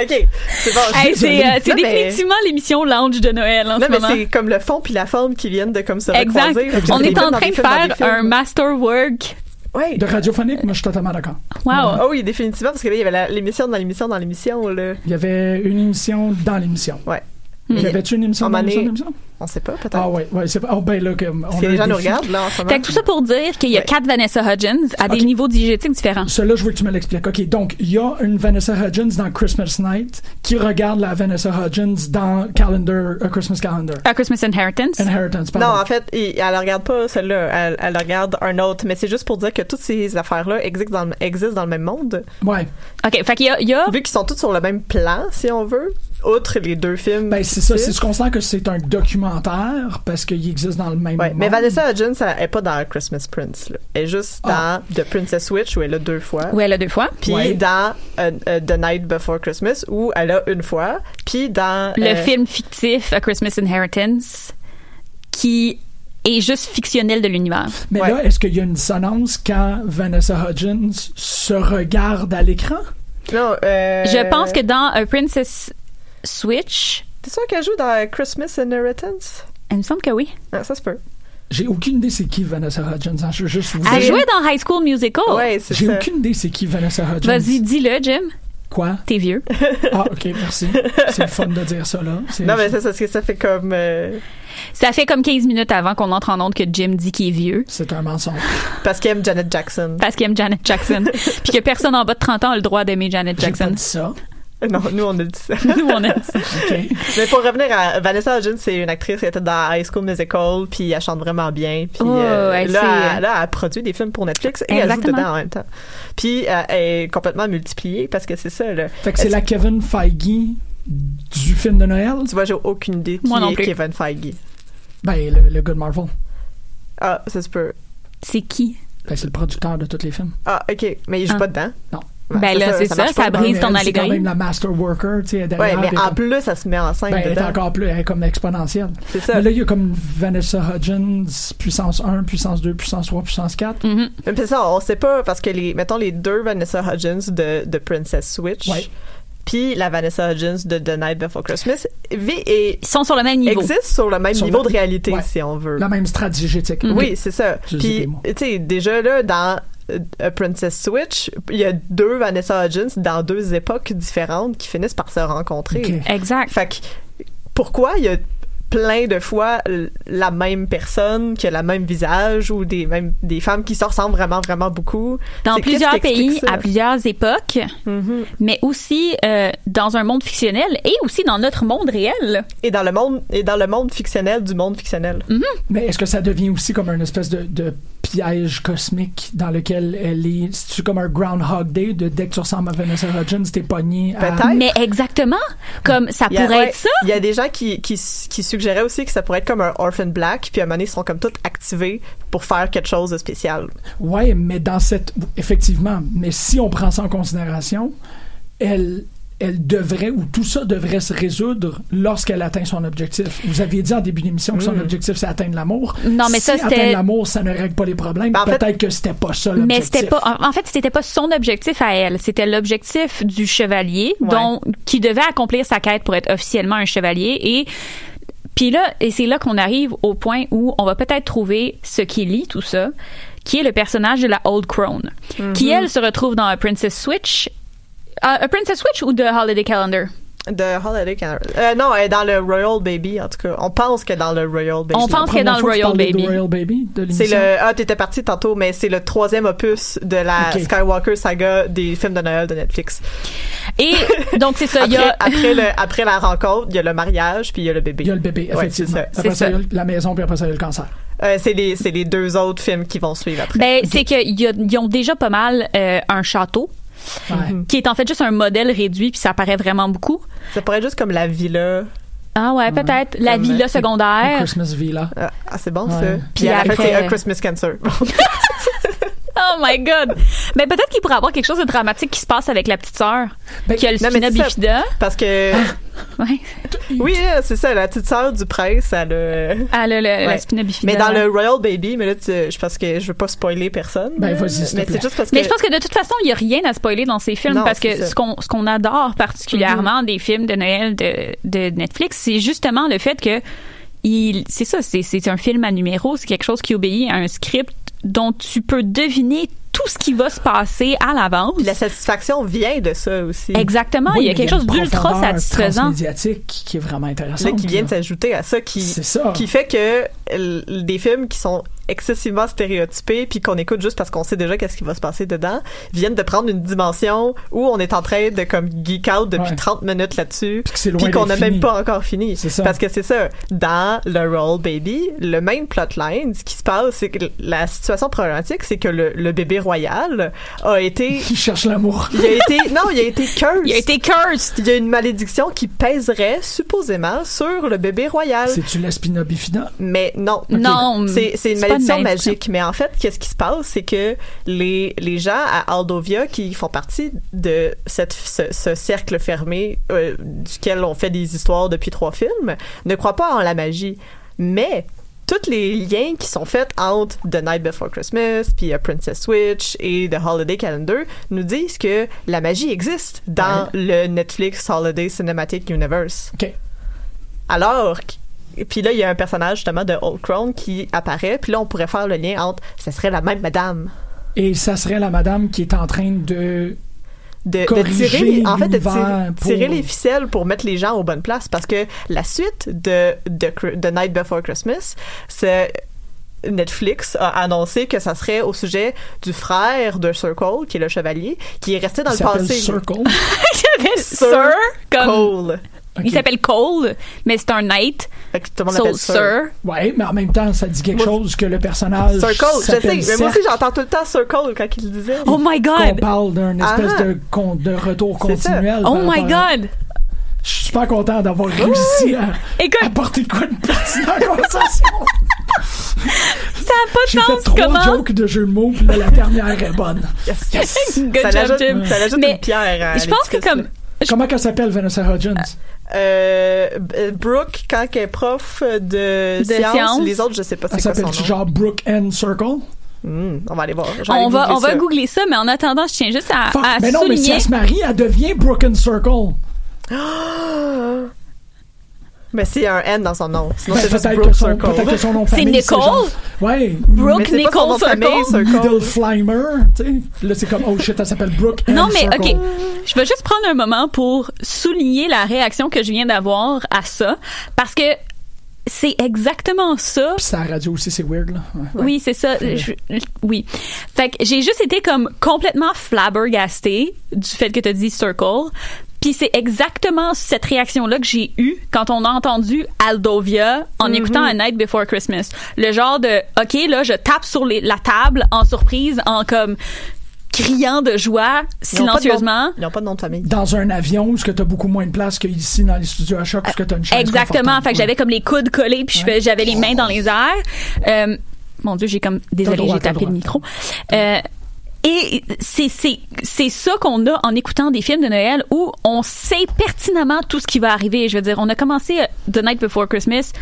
Ok, c'est bon.
Hey, c'est euh, c'est
Non, mais-
définitivement l'émission lounge de Noël en
Non,
ce
mais
moment.
c'est comme le fond puis la forme qui viennent de comme se
Exact.
recroiser.
On est en
Des films dans
train
des
de
films dans
faire
des films.
un masterwork.
Ouais.
De radiophonique, moi, je suis totalement d'accord.
Wow.
Ah oui, définitivement, parce que là, il y avait la- l'émission dans l'émission dans l'émission, là.
Hmm.
Il y avait une émission dans l'émission.
Ouais.
Il Y avait-tu une émission
En
dans
année-
l'émission? dans l'émission?
On sait pas, peut-être.
Ah ouais, ouais, c'est pas. Oh ben là, comme.
Parce que les gens nous regardent, là, en ce moment.
Fait que tout ça pour dire qu'il y a
Ouais.
quatre Vanessa Hudgens à
Ok.
des niveaux digétiques différents.
Cela, je veux que tu me l'expliques. OK, donc, il y a une Vanessa Hudgens dans Christmas Night qui regarde la Vanessa Hudgens dans Calendar, euh, Christmas Calendar.
À Christmas Inheritance.
Inheritance,
Non,
pardon.
en fait, il- elle regarde pas celle-là, elle, elle regarde un autre. Mais c'est juste pour dire que toutes ces affaires-là existent dans, le- existent dans le même monde.
Ouais.
OK, fait qu'il y a, il y a-
Vu qu'ils sont tous sur le même plan, si on veut, outre les deux films.
Ben, c'est ça.
fictifs.
C'est, je considère que c'est un documentaire parce qu'il existe dans le même
Ouais,
monde.
mais Vanessa Hudgens, elle est pas dans Christmas Prince. là. Elle est juste
Ah.
dans The Princess Witch, où elle a deux fois.
Ouais, là, deux fois.
Puis
Ouais.
dans euh, euh, The Night Before Christmas, où elle a une fois. Puis dans...
Le
euh,
film fictif A Christmas Inheritance qui est juste fictionnel de l'univers.
Mais
ouais.
là, est-ce qu'il y a une dissonance quand Vanessa Hudgens se regarde à l'écran?
Non, euh,
Je pense que dans A Princess Switch,
T'es sûr qu'elle joue dans Christmas Inheritance?
il me semble que oui.
Ah, ça se peut.
J'ai aucune idée c'est qui Vanessa Hudgens. hein. Je veux juste vous
Elle
dire.
jouait dans High School Musical.
Ouais, c'est
J'ai
ça.
aucune idée c'est qui Vanessa Hudgens.
Vas-y, dis-le, Jim.
Quoi?
T'es vieux.
Ah, ok, merci. C'est le fun de dire ça, là. C'est-
Non, mais c'est ça, parce que ça fait comme... euh,
Ça fait comme 15 minutes avant qu'on entre en onde que Jim dit qu'il est vieux.
C'est un mensonge.
parce qu'elle aime Janet Jackson.
Parce qu'il aime Janet Jackson. Puis que personne en bas de 30 ans a le droit d'aimer Janet
J'ai pas
Jackson.
dit ça.
Euh, Non, nous, on a dit ça.
Nous, on aime ça.
OK.
Mais pour revenir à Vanessa Hudgens, c'est une actrice qui était dans High School Musical, puis elle chante vraiment bien. Puis
Oh,
euh,
elle
là,
sait-
elle, là, elle produit des films pour Netflix et elle joue
Exactement.
dedans en même temps. Puis euh, elle est complètement multipliée parce que c'est ça. Là.
Fait que c'est
Est-ce-
la Kevin Feige du film de Noël.
Tu vois, j'ai aucune idée qui
Moi non
est
plus.
Kevin Feige.
Ben, le, le gars de Marvel.
Ah, ça se peut.
C'est qui?
Ben, c'est le producteur de tous les films.
Ah, ok. Mais il joue
Ah.
pas dedans.
Non.
Ben là, c'est ça,
marche pas.
ça brise
Non,
ton
mais elle, C'est quand
allégorie.
même la master worker, tu sais,
Ouais,
derrière.
mais
puis
en
comme-
plus, ça se met en scène
ben, elle est
dedans.
encore plus, elle est comme exponentielle.
C'est ça.
Mais là, il y a comme Vanessa Hudgens, puissance 1, puissance 2, puissance 3, puissance 4.
Mhm.
Mais c'est ça, on sait pas parce que les, mettons les deux Vanessa Hudgens de, de Princess Switch,
Ouais.
puis la Vanessa Hudgens de The Night Before Christmas, vi- et
Ils sont sur le même niveau.
existent sur le même
Sur
niveau
le-
de réalité,
ouais.
si on veut.
La même stratégique.
Mm-hmm.
Oui, c'est ça.
Je sais
Puis,
des mots.
tu sais, déjà là, dans euh, A Princess Switch, il y a deux Vanessa Hudgens dans deux époques différentes qui finissent par se rencontrer.
Ok.
Exact.
Fait que, pourquoi il y a plein de fois l- la même personne qui a le même visage ou des mêmes des femmes qui se ressemblent vraiment vraiment beaucoup
Dans
C'est-
plusieurs
qu'est-ce qui explique
pays,
ça? Mm-hmm.
à plusieurs époques, mais aussi euh, dans un monde fictionnel et aussi dans notre monde réel.
et dans le monde et dans le monde fictionnel du monde fictionnel
Mm.
Mais est-ce que ça devient aussi comme une espèce de, de piège cosmique dans lequel elle est. C'est-tu comme un Groundhog Day de dès que tu ressembles à Vanessa Hudgens, t'es pogné à.
Peut-être.
Ah. Mais exactement, comme ça
Il y a-
pourrait
ouais,
être ça.
Il y a des gens qui, qui, s- qui suggéraient aussi que ça pourrait être comme un Orphan Black, puis à un moment donné, ils sont comme tous activés pour faire quelque chose de spécial.
Ouais, mais dans cette. Effectivement, mais si on prend ça en considération, elle. Elle devrait, ou tout ça devrait se résoudre lorsqu'elle atteint son objectif. Vous aviez dit en début d'émission que son objectif, c'est atteindre l'amour.
Mm. Non, mais
si
ça, c'était-
atteindre l'amour, ça ne règle pas les problèmes.
Ben, en fait-
Peut-être que c'était pas ça l'objectif.
Mais c'était pas, en- en fait, c'était pas son objectif à elle. C'était l'objectif du chevalier,
Ouais.
dont, qui devait accomplir sa quête pour être officiellement un chevalier. Et, puis là, et c'est là qu'on arrive au point où on va peut-être trouver ce qui lie tout ça, qui est le personnage de la Old Crone,
Mm-hmm.
qui elle se retrouve dans A Princess Switch. Ah, A Princess Switch ou The Holiday Calendar?
De Holiday Canary. Euh, non, elle est dans le Royal Baby, en tout cas. On pense que dans le Royal Baby.
On pense-
La
qu'elle est dans
première
le
fois que tu
Royal
parlais de Royal Baby de
C'est
l'émission.
le. Ah, t'étais parti tantôt, mais c'est le troisième opus de la
Ok.
Skywalker saga des films de Noël de Netflix.
Et donc, c'est ça. il
Après,
y a-
après, le, après la rencontre, il y a le mariage, puis il y a le bébé.
Il y a le bébé,
Ouais,
effectivement.
c'est ça.
Après
C'est
ça,
ça.
il y a le- la maison, puis après ça, il y a le cancer.
Euh, c'est les, c'est les deux autres films qui vont suivre après.
Ben, c'est qu'ils ont déjà pas mal euh, un château,
Ouais.
qui est en fait juste un modèle réduit, puis ça paraît vraiment beaucoup.
Ça pourrait être juste comme la villa.
Ah ouais, peut-être. La
Comme, euh,
villa
Le
secondaire.
Christmas Villa.
Ah, ah, c'est bon,
Ouais.
ça. Puis
Puis
à la fin,
après- euh,
c'est A Christmas Cancer.
Oh my God! Mais peut-être qu'il pourrait avoir quelque chose de dramatique qui se passe avec la petite sœur,
Ben,
qui a le
non, mais
spina
c'est ça.
bifida.
Parce que,
Ah, Ouais.
oui, là, c'est ça, la petite sœur du prince, elle a...
Elle a Ah, le, la
Ouais.
spina bifida.
Mais dans le Royal Baby, mais là, tu- je pense que je veux pas spoiler personne.
Ben,
là,
vas-y, s'il te
Mais
plaît.
c'est juste parce que.
Mais je pense que de toute façon, il n'y a rien à spoiler dans ces films
Non,
parce que
c'est ça.
ce qu'on, ce qu'on adore particulièrement des films de Noël de, de Netflix, c'est justement le fait que il, c'est ça, c'est, c'est un film à numéro, c'est quelque chose qui obéit à un script dont tu peux deviner tout ce qui va se passer à l'avance.
La satisfaction vient de ça aussi.
Exactement,
Oui,
il y a
mais
quelque
une
chose d'ultra
profondeur
satisfaisant.
transmédiatique qui qui est vraiment intéressant.
Là, qui vient de s'ajouter à ça, qui,
C'est ça.
qui fait que l- des films qui sont excessivement stéréotypés puis qu'on écoute juste parce qu'on sait déjà qu'est-ce qui va se passer dedans viennent de prendre une dimension où on est en train de comme geek out depuis
Ouais.
30 minutes là-dessus
Puis que c'est loin
puis qu'on n'a
d'être
même
fini.
pas encore fini
C'est ça.
parce que c'est ça dans le Roll Baby le même plotline ce qui se passe c'est que la situation problématique c'est que le, le bébé royal a été
Qui cherche l'amour.
il a été non il a été cursed
Il a été cursed.
il y a une malédiction qui pèserait supposément sur le bébé royal.
C'est-tu la spina bifida?
Mais non.
Non,
C'est, c'est
pas
une malédiction
une malédiction.
magique. Mais en fait, qu'est-ce qui se passe, c'est que les, les gens à Aldovia qui font partie de cette, ce, ce cercle fermé euh, duquel on fait des histoires depuis trois films ne croient pas en la magie. Mais tous les liens qui sont faits entre The Night Before Christmas, puis euh, Princess Switch et The Holiday Calendar nous disent que la magie existe dans le Netflix Holiday Cinematic Universe.
OK.
Alors, qu- et puis là, il y a un personnage justement de Old Crown qui apparaît, puis là, on pourrait faire le lien entre ce serait la même madame
Et ça serait la madame qui est en train de...
de, de
Corriger
tirer, en fait, de
l'univers
tirer,
pour-
tirer les ficelles pour mettre les gens aux bonnes places, parce que la suite de de, Cr- de Night Before Christmas, c'est Netflix a annoncé que ça serait au sujet du frère de Circle, qui est le chevalier, qui est resté dans
Il
le
s'appelle
passé.
Circle.
Il s'appelle Sir,
Sir
comme
Cole.
il s'appelle Cole, mais c'est un knight.
Fait que tout le monde
So
l'appelle Sir.
Sir.
Ouais, mais en même temps, ça dit quelque
Moi-
chose que le personnage
Circle, je sais,
s'appelle
mais moi aussi
Cirque,
j'entends tout le temps Circle quand il le disait.
Oh my
qu'on
god.
parle d'un espèce
Ah.
de, con- de retour
C'est ça.
continuel.
Oh
par
my
rapport à-
god.
Je suis super content d'avoir réussi à
Ah! Écoute.
apporter de quoi de pertinent à la conversation.
Ça a pas de
J'ai fait
sens
trois
comment.
jokes de jeux de mots, puis là, la dernière est bonne.
Yes.
Good
ça
job,
l'ajoute
Jim.
ça l'ajoute
Mais
une pierre. à
Je pense que
l'édifice, là.
comme
Comment qu'elle s'appelle, Vanessa Hudgens?
Ah,
Euh, B- Brooke, quand elle est prof de,
De
sciences,
sciences.
les autres, je sais pas
Elle
c'est quoi son nom.
s'appelle-tu genre Brooke N. Circle?
Hmm, on va aller voir. Je vais
on
aller
va on va
ça.
googler ça, mais en attendant, je tiens juste à,
Fuck,
à
mais non, mais si
souligner.
elle se marie, elle devient Brooke N. Circle.
Mais c'est un N dans son nom. Sinon,
Ben,
c'est juste
peut-être
Brooke
que, son-
Circle.
peut-être que son nom de
C'est
famille,
Nicole?
genre- Ouais.
Mais
Brooke
c'est pas son nom
Nicole
de famille,
Circle.
Circle.
Needle Flamer, tu sais. Là, c'est comme, oh shit, elle s'appelle Brooke N.
Non, mais
Circle.
OK. Je vais juste prendre un moment pour souligner la réaction que je viens d'avoir à ça, parce que c'est exactement ça.
Puis sa radio aussi, c'est weird, là. Ouais.
Oui, c'est ça. Je- oui. Fait que j'ai juste été comme complètement flabbergastée du fait que tu as dit circle. Puis c'est exactement cette réaction-là que j'ai eue quand on a entendu Aldovia en écoutant A Night Before Christmas. Le genre de, OK, là, je tape sur les- la table en surprise, en comme criant de joie,
Ils ont pas de nom-
silencieusement.
Ils n'ont pas de nom de famille.
Dans un avion, où ce que t'as beaucoup moins de place qu'ici dans les studios à choc, où ce que t'as une chaise
Euh, Exactement.
confortable.
Fait que j'avais comme les coudes collés, puis je fais- j'avais les mains dans les airs. Euh, mon Dieu, j'ai comme désolé,
droit,
j'ai
t'as
tapé le
droit.
micro. Euh, et c'est c'est c'est ça qu'on a en écoutant des films de Noël où on sait pertinemment tout ce qui va arriver. Je veux dire, on a commencé euh, The Night Before Christmas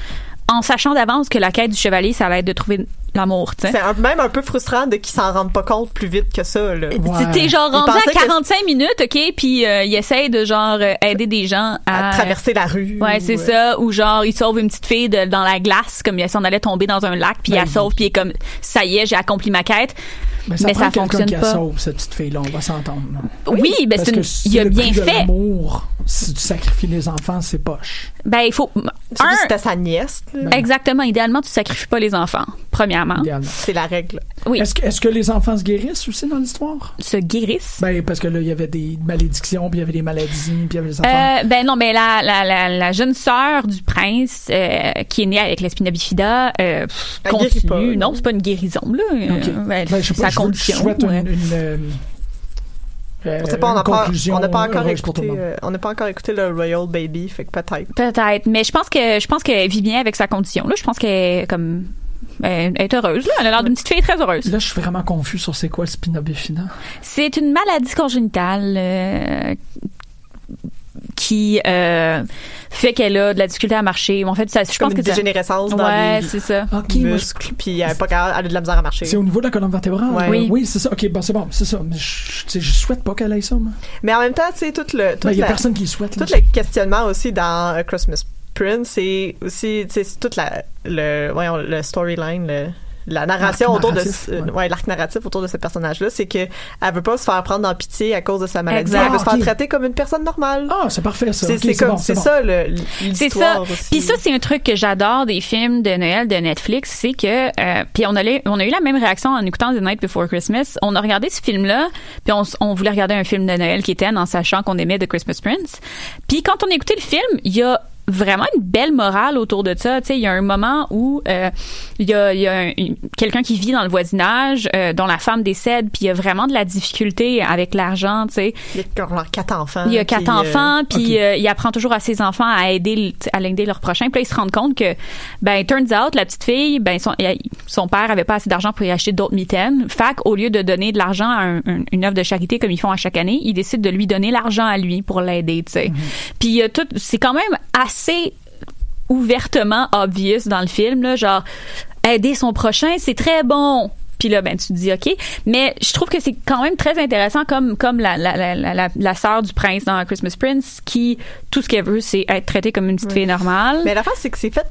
en sachant d'avance que la quête du chevalier, ça allait être de trouver l'amour. tu sais.
C'est un- même un peu frustrant de qu'ils s'en rendent pas compte plus vite que ça. Là.
Ouais.
T'es genre
Ils
rendu à
pensaient que-
45 minutes, ok, puis euh, il essaye de genre euh, aider des gens à, euh,
À traverser la rue.
Ah, Ouais, c'est ça. Ou genre, il sauve une petite fille de- dans la glace, comme si on allait tomber dans un lac,
Ben
puis il la sauve, puis il est comme, ça y est, j'ai accompli ma quête.
Mais ça,
Mais
prend
ça
quelqu'un
fonctionne
qui la
pas.
sauve, cette petite fille-là, on va s'entendre. là.
Oui, ben
Parce
c'est
que
une,
si
il a
le
bien
prix de
fait.
l'amour, si tu sacrifies les enfants, c'est poche.
Ben, il faut,
euh, Surtout
un,
si C'était sa nièce. là.
exactement, idéalement, tu sacrifies pas les enfants, premièrement.
idéalement.
C'est la règle.
Oui.
Est-ce que, est-ce que les enfants se guérissent aussi dans l'histoire?
Se guérissent.
Ben, parce que là, il y avait des malédictions, puis il y avait des maladies, puis il y avait des enfants.
Euh, ben non, mais la, la, la, la jeune sœur du prince euh, qui est née avec la spina bifida euh, pff,
Elle guérit
continue.
pas, là.
non, c'est pas une guérison là.
Ok.
Euh, elle-
Ben, je sais
sa
pas, je, veux- je
condition.
souhaite
ouais.
une, une, euh, euh,
On sait pas, on
une
n'a pas,
conclusion
on n'a pas encore
heureuse pour tout
écouté,
le monde.
euh, on n'a pas encore écouté le Royal Baby, fait que peut-être.
Peut-être, mais je pense que je pense qu'elle vit bien avec sa condition. Là, je pense qu'elle est comme elle est heureuse. Là. Elle a l'air d'une petite fille très
euh,
heureuse.
Là, je suis vraiment confus sur c'est quoi le spina bifida.
C'est une maladie congénitale euh, qui euh, fait qu'elle a de la difficulté à marcher. En fait, ça, je
Comme
pense
une
que ça-
dégénérescence dans
ouais,
les
c'est ça.
Ok, moi, je-
muscles, puis elle, est pas capable- elle a de la misère à marcher.
c'est au niveau de la colonne vertébrale.
Ouais.
euh,
Oui.
Oui, c'est ça. Ok, bon, c'est bon, c'est ça. Mais je, tu sais, je souhaite pas qu'elle aille ça, moi.
Mais en même temps, tu sais, tout le,
Ben,
tout,
il y a
la-
personne qui le souhaite. là.
tout le questionnement aussi dans euh, Christmas Prince, c'est aussi, tu sais, c'est toute la, le, voyons, le storyline, le, la narration
L'arc
autour de
narratif,
ce-
ouais.
ouais, l'arc narratif autour de ce personnage là, c'est que elle veut pas se faire prendre en pitié à cause de sa maladie,
Exact.
elle veut se
Ah,
faire
ok.
traiter comme une personne normale.
Ah, c'est parfait, ça.
c'est
Ok,
c'est comme
bon,
c'est
bon.
ça le
C'est ça. Puis ça, c'est un truc que j'adore des films de Noël de Netflix, c'est que euh, puis on a on a eu la même réaction en écoutant The Night Before Christmas. On a regardé ce film-là, puis on, s- on voulait regarder un film de Noël qui était en sachant qu'on aimait The Christmas Prince. Puis quand on a écouté le film, il y a vraiment une belle morale autour de ça. Tu sais, il y a un moment où euh, il y a, il y a un- une- quelqu'un qui vit dans le voisinage, euh, dont la femme décède, puis il y a vraiment de la difficulté avec l'argent, tu sais.
Il y a leurs quatre enfants.
Il y a
puis,
quatre
euh,
enfants, puis euh, il apprend toujours à ses enfants à aider, le- t'sais, à l'aider leur prochain. Puis là, ils se rendent compte que, ben, turns out, la petite fille, ben, son, elle- son père avait pas assez d'argent pour y acheter d'autres mitaines. Fait qu'au lieu de donner de l'argent à un- un- une œuvre de charité comme ils font à chaque année, ils décident de lui donner l'argent à lui pour l'aider, tu sais. Puis il y a tout, c'est quand même assez ouvertement obvious dans le film, là, genre aider son prochain, c'est très bon. Puis là, ben tu te dis ok, mais je trouve que c'est quand même très intéressant comme comme la la, la, la, la- la sœur du prince dans Christmas Prince qui tout ce qu'elle veut c'est être traitée comme une petite fille normale.
Mais la fin, c'est que c'est fait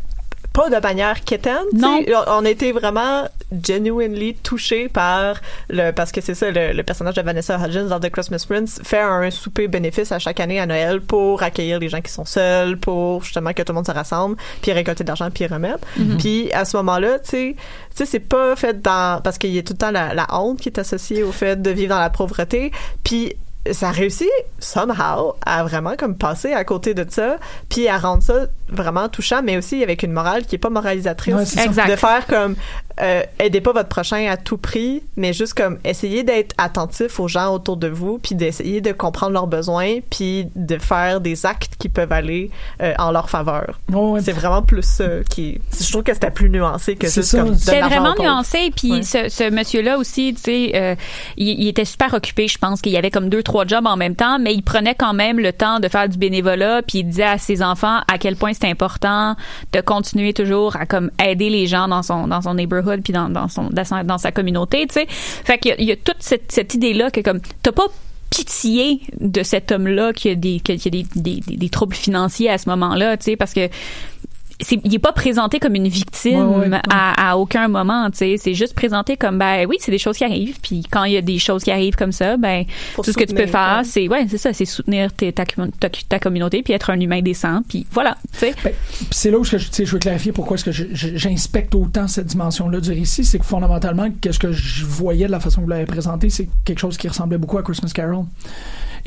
pas de manière quétaine. tu
Non.
sais. On on a été vraiment genuinely touchés par le. Parce que c'est ça, le, le personnage de Vanessa Hudgens dans The Christmas Prince fait un souper bénéfice à chaque année à Noël pour accueillir les gens qui sont seuls, pour justement que tout le monde se rassemble, puis récolter de l'argent, puis remettre.
Mm-hmm.
Puis à ce moment-là, tu sais, tu sais, c'est pas fait dans. Parce qu'il y a tout le temps la, la honte qui est associée au fait de vivre dans la pauvreté. Puis ça réussit somehow à vraiment comme passer à côté de ça puis à rendre ça vraiment touchant mais aussi avec une morale qui est pas moralisatrice
Ouais, c'est ça.
Exact.
de faire comme euh, aidez pas votre prochain à tout prix mais juste comme essayez d'être attentif aux gens autour de vous puis d'essayer de comprendre leurs besoins puis de faire des actes qui peuvent aller euh, en leur faveur
Ouais, ouais.
c'est vraiment plus ça qui je trouve que c'était plus nuancé que
C'est
juste
ça.
comme donne
C'était
l'argent aux
vraiment
pauvres.
nuancé. Puis
Ouais.
ce, ce monsieur-là aussi, tu sais, euh, il, il était super occupé, je pense, qu'il y avait comme deux, trois jobs en même temps, mais il prenait quand même le temps de faire du bénévolat, puis il disait à ses enfants à quel point c'était important de continuer toujours à comme aider les gens dans son dans son neighborhood, puis dans, dans son dans sa, dans sa communauté, tu sais. Fait qu'il y a- il y, a toute cette, cette idée-là que comme t'as pas pitié de cet homme-là qui a des qui a qui a des, des, des- des troubles financiers à ce moment-là, tu sais, parce que c'est- il est pas présenté comme une victime
Ouais, ouais, ouais.
À, à aucun moment, tu sais, c'est juste présenté comme ben oui, c'est des choses qui arrivent, puis quand il y a des choses qui arrivent comme ça, ben
Faut
tout ce que tu peux
soutenir,
faire,
ouais.
c'est ouais, c'est ça, c'est soutenir tes- ta, commun- ta- ta communauté puis être un humain décent, puis voilà, tu sais.
Ben, pis c'est là où ce que je, tu sais, je veux clarifier pourquoi est-ce que je- je- j'inspecte autant cette dimension-là du récit, c'est que fondamentalement, qu'est-ce que je voyais de la façon que vous l'avez présenté, c'est quelque chose qui ressemblait beaucoup à Christmas Carol.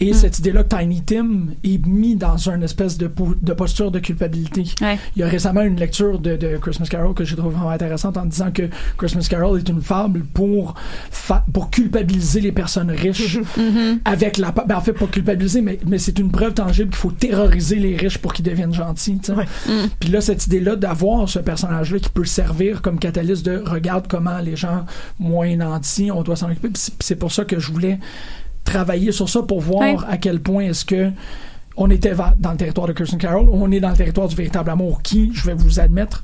Mm.
Et cette idée-là que Tiny Tim est mis dans une espèce de, po- de posture de culpabilité.
Ouais.
Il y a récemment une lecture de, de Christmas Carol que j'ai trouvé vraiment intéressante en disant que Christmas Carol est une fable pour, fa- pour culpabiliser les personnes riches avec la pa- ben, en fait pas culpabiliser mais, mais c'est une preuve tangible qu'il faut terroriser les riches pour qu'ils deviennent gentils tu sais. puis là cette idée là d'avoir ce personnage là qui peut servir comme catalyse de regarde comment les gens moins nantis on doit s'en occuper Puis c'est- puis c'est pour ça que je voulais travailler sur ça pour voir
Ouais.
à quel point est-ce que on était va- dans le territoire de Kirsten Carroll, on est dans le territoire du véritable amour qui, je vais vous admettre,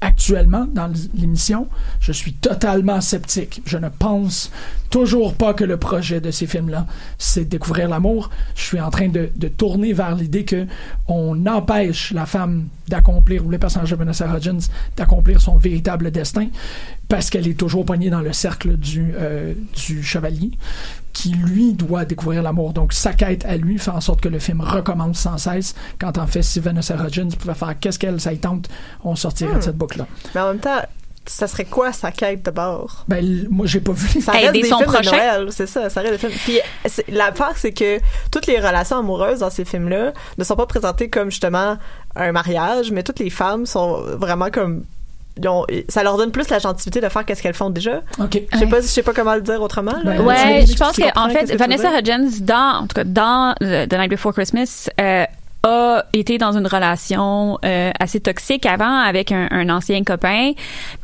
actuellement dans l- l'émission, je suis totalement sceptique. Je ne pense toujours pas que le projet de ces films-là, c'est de découvrir l'amour. Je suis en train de, de tourner vers l'idée que on empêche la femme d'accomplir, ou le personnage de Vanessa Hudgens, d'accomplir son véritable destin parce qu'elle est toujours poignée dans le cercle du, euh, du chevalier qui lui doit découvrir l'amour. Donc sa quête à lui fait en sorte que le film recommence sans cesse. Quand en fait, si Vanessa Hudgens pouvait faire qu'est-ce qu'elle, ça y tente, on sortirait de cette boucle-là.
mais en même temps ça serait quoi sa quête de bord
Ben, l- moi, j'ai pas vu.
ça
Aider
reste des
son
films de
prochain.
Noël, c'est ça, ça reste des films. Puis c'est- l'affaire, c'est que toutes les relations amoureuses dans ces films-là ne sont pas présentées comme justement un mariage, mais toutes les femmes sont vraiment comme ils ont- ça leur donne plus la gentilité de faire qu'est-ce qu'elles font déjà.
OK.
Je sais pas, je sais pas comment le dire autrement.
Ben,
là.
tu
Ouais,
sais,
je pense
tu
que
comprends
en
qu'est-ce
fait,
que tu veux
Vanessa
dire.
Hudgens dans en tout cas dans euh, The Night Before Christmas euh, a été dans une relation euh, assez toxique avant avec un, un ancien copain,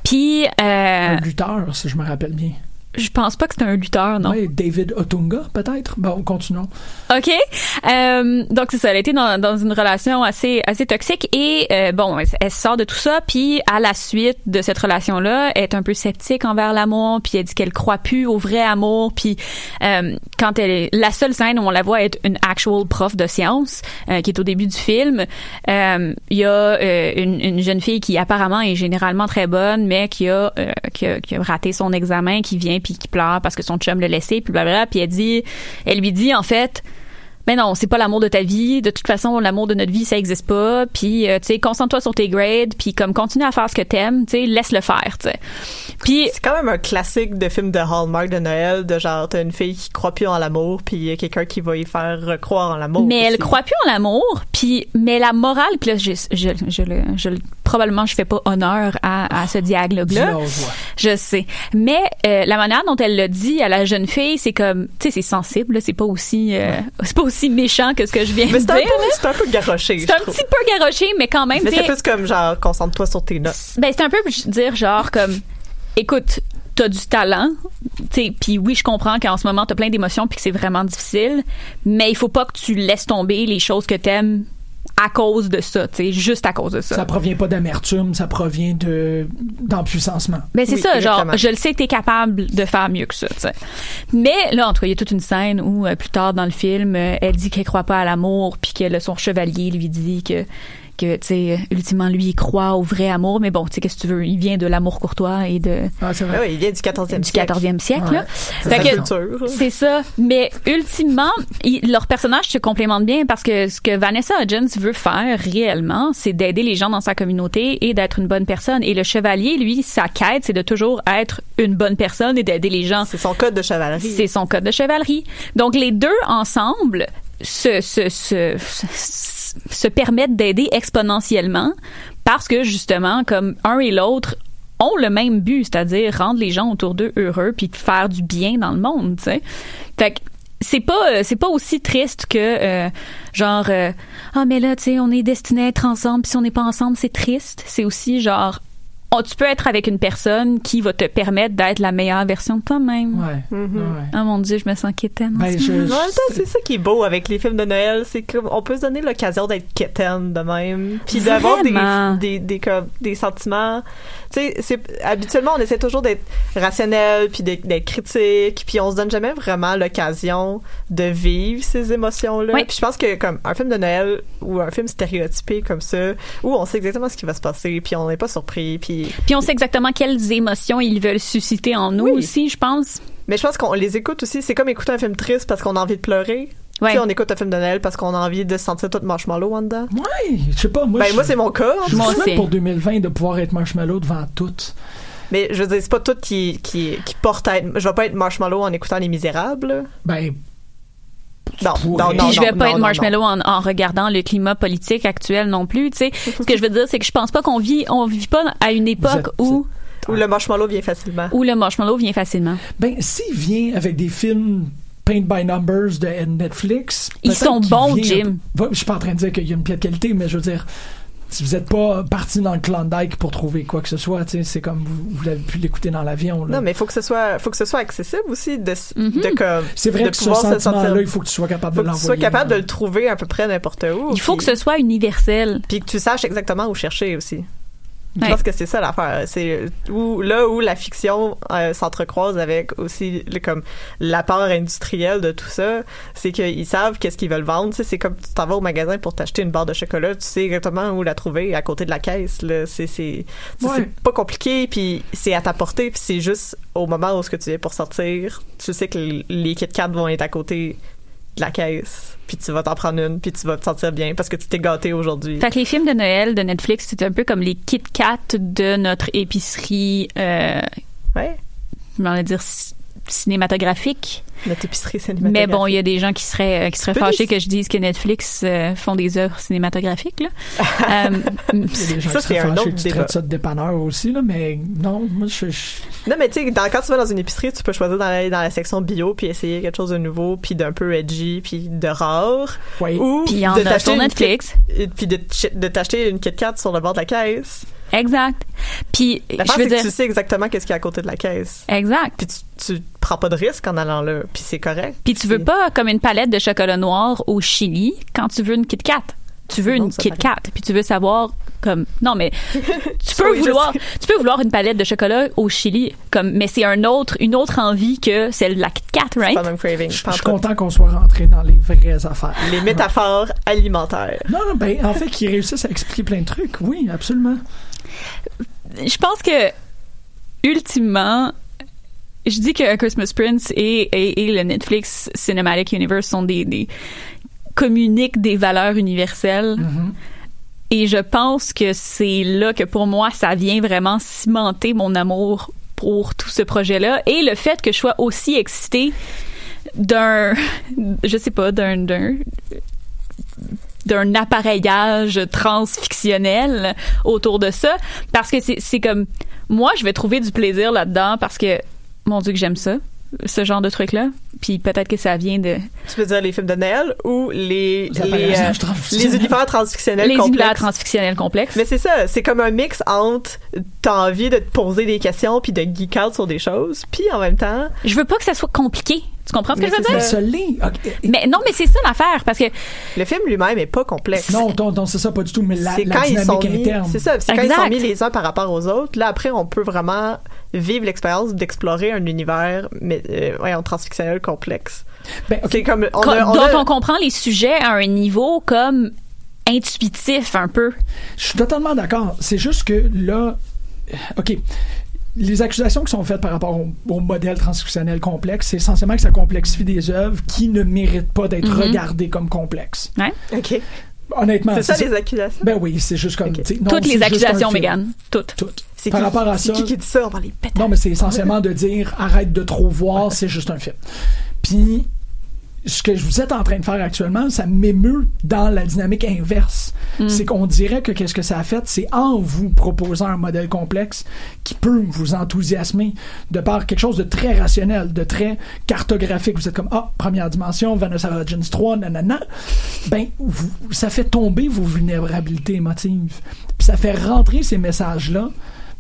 puis euh,
Un lutteur, si je me rappelle bien.
Je pense pas que c'est un lutteur, non.
Ouais, David Otunga, peut-être. Bon, continuons.
OK. Euh, donc, c'est ça. Elle a été dans, dans une relation assez, assez toxique et, euh, bon, elle, elle sort de tout ça. Puis, à la suite de cette relation-là, elle est un peu sceptique envers l'amour. Puis, elle dit qu'elle croit plus au vrai amour. Puis, euh, quand elle est... La seule scène où on la voit être une actual prof de sciences, euh, qui est au début du film, euh, il y a euh, une, une jeune fille qui, apparemment, est généralement très bonne, mais qui a, euh, qui a, qui a raté son examen, qui vient puis qui pleure parce que son chum l'a laissé, puis blablabla. Puis, elle dit... Elle lui dit, en fait mais non, c'est pas l'amour de ta vie. De toute façon, l'amour de notre vie, ça existe pas. Puis, euh, tu sais, concentre-toi sur tes grades, puis comme continue à faire ce que t'aimes, tu sais, laisse-le faire, tu sais. Puis,
C'est quand même un classique de film de Hallmark de Noël, de genre, t'as une fille qui croit plus en l'amour, puis il y a quelqu'un qui va y faire recroire en l'amour.
mais elle
aussi.
croit plus en l'amour, puis mais la morale, puis là, je, je, je, le- je le- probablement je fais pas honneur à, à ce dialogue-là.
Dis-leur, ouais.
Je sais. Mais euh, la manière dont elle le dit à la jeune fille, c'est comme, tu sais, c'est sensible, là, c'est pas aussi, euh, c'est pas aussi méchant que ce que je viens de
Mais c'est
dire.
un, peu-
là.
c'est un peu garoché,
C'est
je
un
trouve.
petit peu garoché, mais quand même.
Mais
tu
c'est
sais,
plus comme genre, concentre-toi sur tes notes.
Ben, c'est un peu dire genre comme écoute, t'as du talent, t'sais, puis oui, je comprends qu'en ce moment t'as plein d'émotions puis que c'est vraiment difficile, mais il faut pas que tu laisses tomber les choses que t'aimes à cause de ça, t'sais, juste à cause de ça.
Ça provient pas d'amertume, ça provient de d'empuissancement.
Ben c'est
Oui,
ça,
exactement.
genre, je le sais que t'es capable de faire mieux que ça, tu sais. Mais là, en tout cas, il y a toute une scène où, euh, plus tard dans le film, euh, elle dit qu'elle croit pas à l'amour, puis que là, son chevalier lui dit que, que tu sais, ultimement, lui, il croit au vrai amour, mais bon, tu sais, qu'est-ce que tu veux, il vient de l'amour courtois et de,
Ah, c'est
Ah
vrai.
oui, il vient du 14e
du
siècle.
14e siècle,
Ouais.
là.
C'est
Fait
Sa
que-
culture.
c'est ça. Mais ultimement, il- leurs personnages se complémentent bien parce que ce que Vanessa Hudgens veut faire réellement, c'est d'aider les gens dans sa communauté et d'être une bonne personne. Et le chevalier, lui, sa quête, c'est de toujours être une bonne personne et d'aider les gens.
C'est son code de chevalerie.
C'est son code de chevalerie. Donc, les deux ensemble se, se, se, se- se permettent d'aider exponentiellement parce que, justement, comme un et l'autre ont le même but, c'est-à-dire rendre les gens autour d'eux heureux puis de faire du bien dans le monde, tu sais. Fait que c'est pas euh, c'est pas aussi triste que euh, genre euh, ah mais là tu sais on est destiné à être ensemble puis si on n'est pas ensemble c'est triste c'est aussi genre oh, tu peux être avec une personne qui va te permettre d'être la meilleure version de toi-même
Ouais. ouais.
ah mon dieu, je me sens quétaine. en
Ben,
ce moment.
je,
Mais Mm-hmm. en même temps,
je-
c'est ça qui est beau avec les films de Noël, c'est qu'on peut se donner l'occasion d'être quétaine de même, puis d'avoir des,
Vraiment.
des, des, comme- des sentiments. Tu sais, c'est- habituellement, on essaie toujours d'être rationnel, puis d'être d'être critique, puis on se donne jamais vraiment l'occasion de vivre ces émotions-là.
Oui.
Puis je pense que comme un film de Noël ou un film stéréotypé comme ça, où on sait exactement ce qui va se passer, puis on n'est pas surpris, puis
Puis on sait exactement quelles émotions ils veulent susciter en nous
Oui.
aussi, je pense.
Mais je pense qu'on les écoute aussi. C'est comme écouter un film triste parce qu'on a envie de pleurer.
Ouais.
Tu sais, on écoute un film de Noël parce qu'on a envie de se sentir tout marshmallow en dedans.
ouais, je sais pas. Moi,
ben,
je-
moi, c'est mon cas. en
je
tout
suis
Moi
cas.
aussi.
même pour 2020 de pouvoir être marshmallow devant toutes.
Mais je veux dire, c'est pas tout qui, qui, qui porte à être. Je vais pas être marshmallow en écoutant Les Misérables. là.
Ben,
Non,
pourrais.
non, non.
Puis je
non,
vais pas
non,
être
non,
marshmallow en, en regardant le climat politique actuel non plus. Tu sais, ce que je veux dire, c'est que je pense pas qu'on vit, on vit pas à une époque
êtes-
où
non. Ou le marshmallow vient facilement.
où le marshmallow vient facilement.
ben s'il vient avec des films paint by numbers de Netflix,
Ils
peut-être
sont
qu'il
bons,
vient-
Jim.
Ouais, Je suis pas en train de dire qu'il y a une pièce de qualité, mais je veux dire. Si vous êtes pas parti dans le Klondike pour trouver quoi que ce soit, tu sais, c'est comme vous, vous l'avez pu l'écouter dans l'avion. là.
Non, mais faut que ce soit, faut que ce soit accessible aussi de, s-
Mhm.
de comme.
C'est vrai
de
que ce
pouvoir se
sentiment-là,
sentir-
il faut que tu sois capable
faut
de
que tu
l'envoyer. hein.
sois capable de le trouver à peu près n'importe où.
Il faut que
puis-
ce soit universel.
Puis que tu saches exactement où chercher aussi.
Ouais.
Je pense que c'est ça l'affaire. C'est où, là où la fiction euh, s'entrecroise avec aussi le, comme la part industrielle de tout ça, c'est qu'ils savent qu'est-ce qu'ils veulent vendre. Tu sais, C'est comme tu t'en vas au magasin pour t'acheter une barre de chocolat, tu sais exactement où la trouver à côté de la caisse. là. C'est c'est- tu sais,
Ouais.
c'est pas compliqué, puis c'est à ta portée, puis c'est juste au moment où ce que tu es pour sortir, tu sais que l- les Kit Kat vont être à côté de la caisse, puis tu vas t'en prendre une, puis tu vas te sentir bien parce que tu t'es gâté aujourd'hui.
Fait que les films de Noël de Netflix, c'est un peu comme les Kit Kat de notre épicerie, euh,
Ouais.
je m'en vais dire ci- cinématographique.
Notre épicerie
Mais
cinématographique.
bon, il y a des gens qui seraient, euh, qui seraient
Tu peux
fâchés
dire-
que je dise que Netflix euh, font des œuvres cinématographiques. Là. Euh, mm,
Il y a des gens
Ça,
qui seraient
c'est un
fâchés
autre
que tu
débat.
traites ça de dépanneur aussi, là, mais non, moi, je, je-
Non, mais tu sais, dans- quand tu vas dans une épicerie, tu peux choisir d'aller dans la section bio puis essayer quelque chose de nouveau, puis d'un peu edgy, puis de rare.
ouais.
Ou
Puis il y en
de
a
t'acheter
sur
une
Netflix.
Kit- et- Puis de, ch- de t'acheter une Kit Kat sur le bord de la caisse.
Exact. Puis,
La
je
part,
veux
c'est
dire.
que tu sais exactement qu'est-ce qu'il y a à côté de la caisse.
Exact.
Puis tu, tu prends pas de risque en allant là, puis c'est correct.
Puis tu veux pas comme une palette de chocolat noir au Chili quand tu veux une Kit Kat. Tu veux
C'est bon,
une
ça,
Kit
par
Kat, puis tu veux savoir comme non mais tu peux
Oui, je
vouloir
sais.
tu peux vouloir une palette de chocolat au Chili comme mais c'est un autre une autre envie que celle de la Kit Kat,
C'est
right
pas le même craving.
Je
pas en
suis
tout.
content qu'on soit rentré dans les vraies affaires.
Les métaphores alimentaires.
Non, non, ben, en fait, qu'ils réussissent à expliquer plein de trucs, oui, absolument.
je pense que ultimement je dis que A Christmas Prince et, et- et le Netflix Cinematic Universe sont des, des- communiquent des valeurs universelles et je pense que c'est là que pour moi ça vient vraiment cimenter mon amour pour tout ce projet là et le fait que je sois aussi excitée d'un je sais pas d'un d'un d'un appareillage transfictionnel autour de ça parce que c'est c'est comme moi je vais trouver du plaisir là-dedans parce que mon dieu que j'aime ça ce genre de truc là puis peut-être que ça vient de
Tu peux dire les films de Noël ou
Les
les, les,
appareillages
euh,
transfictionnels.
les univers transfictionnels
les univers
complexes.
transfictionnels complexes
Mais c'est ça, c'est comme un mix entre t'as envie de te poser des questions puis de geek out sur des choses, puis en même temps,
je veux pas que ça soit compliqué tu comprends ce que
Mais
je veux
c'est
dire
Mais ça l'est. ok.
mais non mais c'est ça l'affaire parce que
le film lui-même est pas complexe.
Non, non, non, c'est ça, pas du tout, mais la,
c'est
la
quand ils sont
dynamique
mis,
interne.
c'est ça, c'est quand ils
Exact.
sont mis les uns par rapport aux autres. Là après, on peut vraiment vivre l'expérience d'explorer un univers, mais euh, voyons, transfictionnel complexe.
Ben, ok.
C'est comme on
co-
a- on
dont
a-
on comprend les sujets à un niveau comme intuitif un peu
Je suis totalement d'accord. C'est juste que là, OK. Les accusations qui sont faites par rapport au, au modèle transcriptionnel complexe, c'est essentiellement que ça complexifie des œuvres qui ne méritent pas d'être regardées comme complexes.
ouais.
Ok.
Honnêtement,
Mm-hmm. C'est ça les accusations.
Ben oui, c'est juste comme.
Ok.
tu sais, non,
toutes les
c'est juste
accusations
un film.
Mégane toutes
Toutes.
C'est
Par
qui-
rapport à
c'est
ça.
qui qui dit ça On va les péter.
Non, mais c'est essentiellement de dire arrête de trop voir, c'est juste un film. Puis, ce que vous êtes en train de faire actuellement, ça m'émeut dans la dynamique inverse. C'est qu'on dirait que qu'est-ce que ça a fait, c'est en vous proposant un modèle complexe qui peut vous enthousiasmer de par quelque chose de très rationnel, de très cartographique. Vous êtes comme, ah, première dimension, Vanessa Hudgens 3, nanana. Ben, vous- ça fait tomber vos vulnérabilités émotives. Puis ça fait rentrer ces messages-là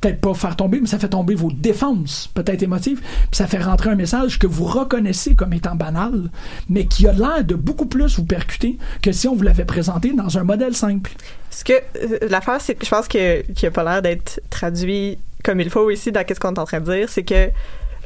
peut-être pas faire tomber, mais ça fait tomber vos défenses, peut-être émotives, puis ça fait rentrer un message que vous reconnaissez comme étant banal, mais qui a l'air de beaucoup plus vous percuter que si on vous l'avait présenté dans un modèle simple.
Ce que euh, l'affaire, c'est que je pense que qui a pas l'air d'être traduit comme il faut ici dans qu'est-ce qu'on est en train de dire, c'est que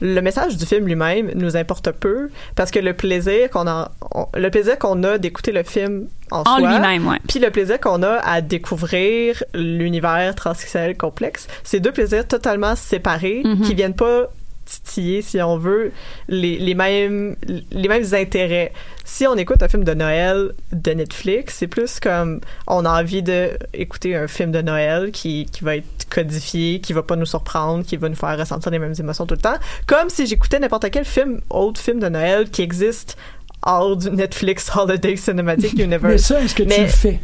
le message du film lui-même nous importe peu parce que le plaisir qu'on a, on- le plaisir qu'on a d'écouter le film en,
en
soi,
lui-même ouais
puis le plaisir qu'on a à découvrir l'univers transactionnel complexe, c'est deux plaisirs totalement séparés
Mhm.
qui viennent pas titiller, si on veut, les, les mêmes, les mêmes intérêts. Si on écoute un film de Noël de Netflix, c'est plus comme on a envie d'écouter un film de Noël qui, qui va être codifié, qui va pas nous surprendre, qui va nous faire ressentir les mêmes émotions tout le temps. Comme si j'écoutais n'importe quel film, autre film de Noël qui existe hors du Netflix Holiday Cinematic
Mais
Universe.
ça, est-ce que tu
Mais-
le fais?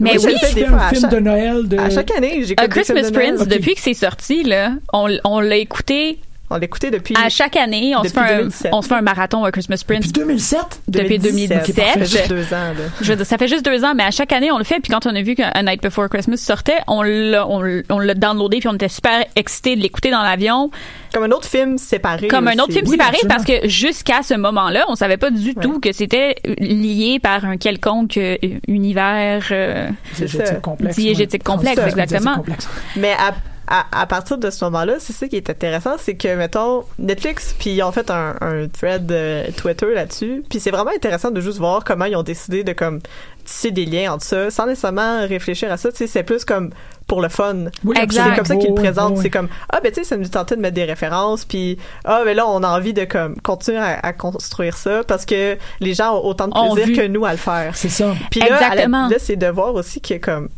mais
Oui, je
oui
le fais
tu
des
fais
fois,
un
à
film
chaque-
de Noël de...
À chaque année, j'écoute
A
des films
Christmas
de Noël.
Prince,
Ok.
depuis que c'est sorti, là, on, l- on l'a écouté
On l'écoutait depuis.
à chaque année. On se, fait
Depuis
un,
2017.
on se fait un marathon A Christmas Prince
Puis 2007?
depuis 2017.
Ça fait juste deux ans, là.
Je veux dire, ça fait juste deux ans, mais à chaque année, on le fait. Puis quand on a vu qu'A Night Before Christmas sortait, on l'a, on, l- on l'a downloadé, puis on était super excités de l'écouter dans l'avion,
Comme un autre film séparé.
comme un
aussi.
autre film
Oui,
séparé,
absolument.
parce que jusqu'à ce moment-là, on savait pas du tout que c'était lié par un quelconque euh, univers. euh,
C'est ça.
Diégétique complexe.
Diégétique
ouais.
complexe,
Transforme,
exactement.
diégétique complexe.
Mais à, à, à partir de ce moment-là, c'est ça qui est intéressant, c'est que, mettons, Netflix, puis ils ont fait un, un thread euh, Twitter là-dessus, puis c'est vraiment intéressant de juste voir comment ils ont décidé de, comme, tisser des liens entre ça, sans nécessairement réfléchir à ça, tu sais, c'est plus comme pour le fun.
Oui,
Exact.
absolument.
C'est comme ça qu'ils le
Oui, oui,
présentent.
oui.
C'est comme ah ben tu sais ça nous tentait de mettre des références puis ah ben là on a envie de comme continuer à, à construire ça parce que les gens ont autant de
Ont vu.
plaisir que nous à le faire.
C'est ça.
Puis là, à la-
Exactement.
là, c'est de voir aussi que comme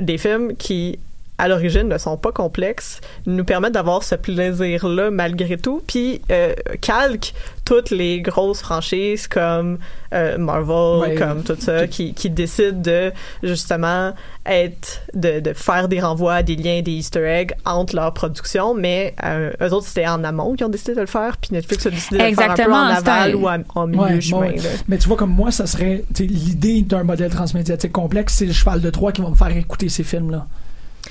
des films qui à l'origine ne sont pas complexes nous permettent d'avoir ce plaisir là malgré tout puis euh, calque toutes les grosses franchises comme euh, Marvel
Ouais.
comme tout ça qui, qui décident de justement être de, de faire des renvois des liens des Easter eggs entre leurs productions mais euh, eux autres c'était en amont qui ont décidé de le faire puis Netflix a décidé de le faire
Exactement,
un peu
c'était
en
un-
aval ou en, en milieu
Ouais,
chemin
ouais.
là.
Mais tu vois, comme moi, ça serait tu sais, l'idée d'un modèle transmédiatique complexe, c'est le cheval de Troie qui va me faire écouter ces films-là.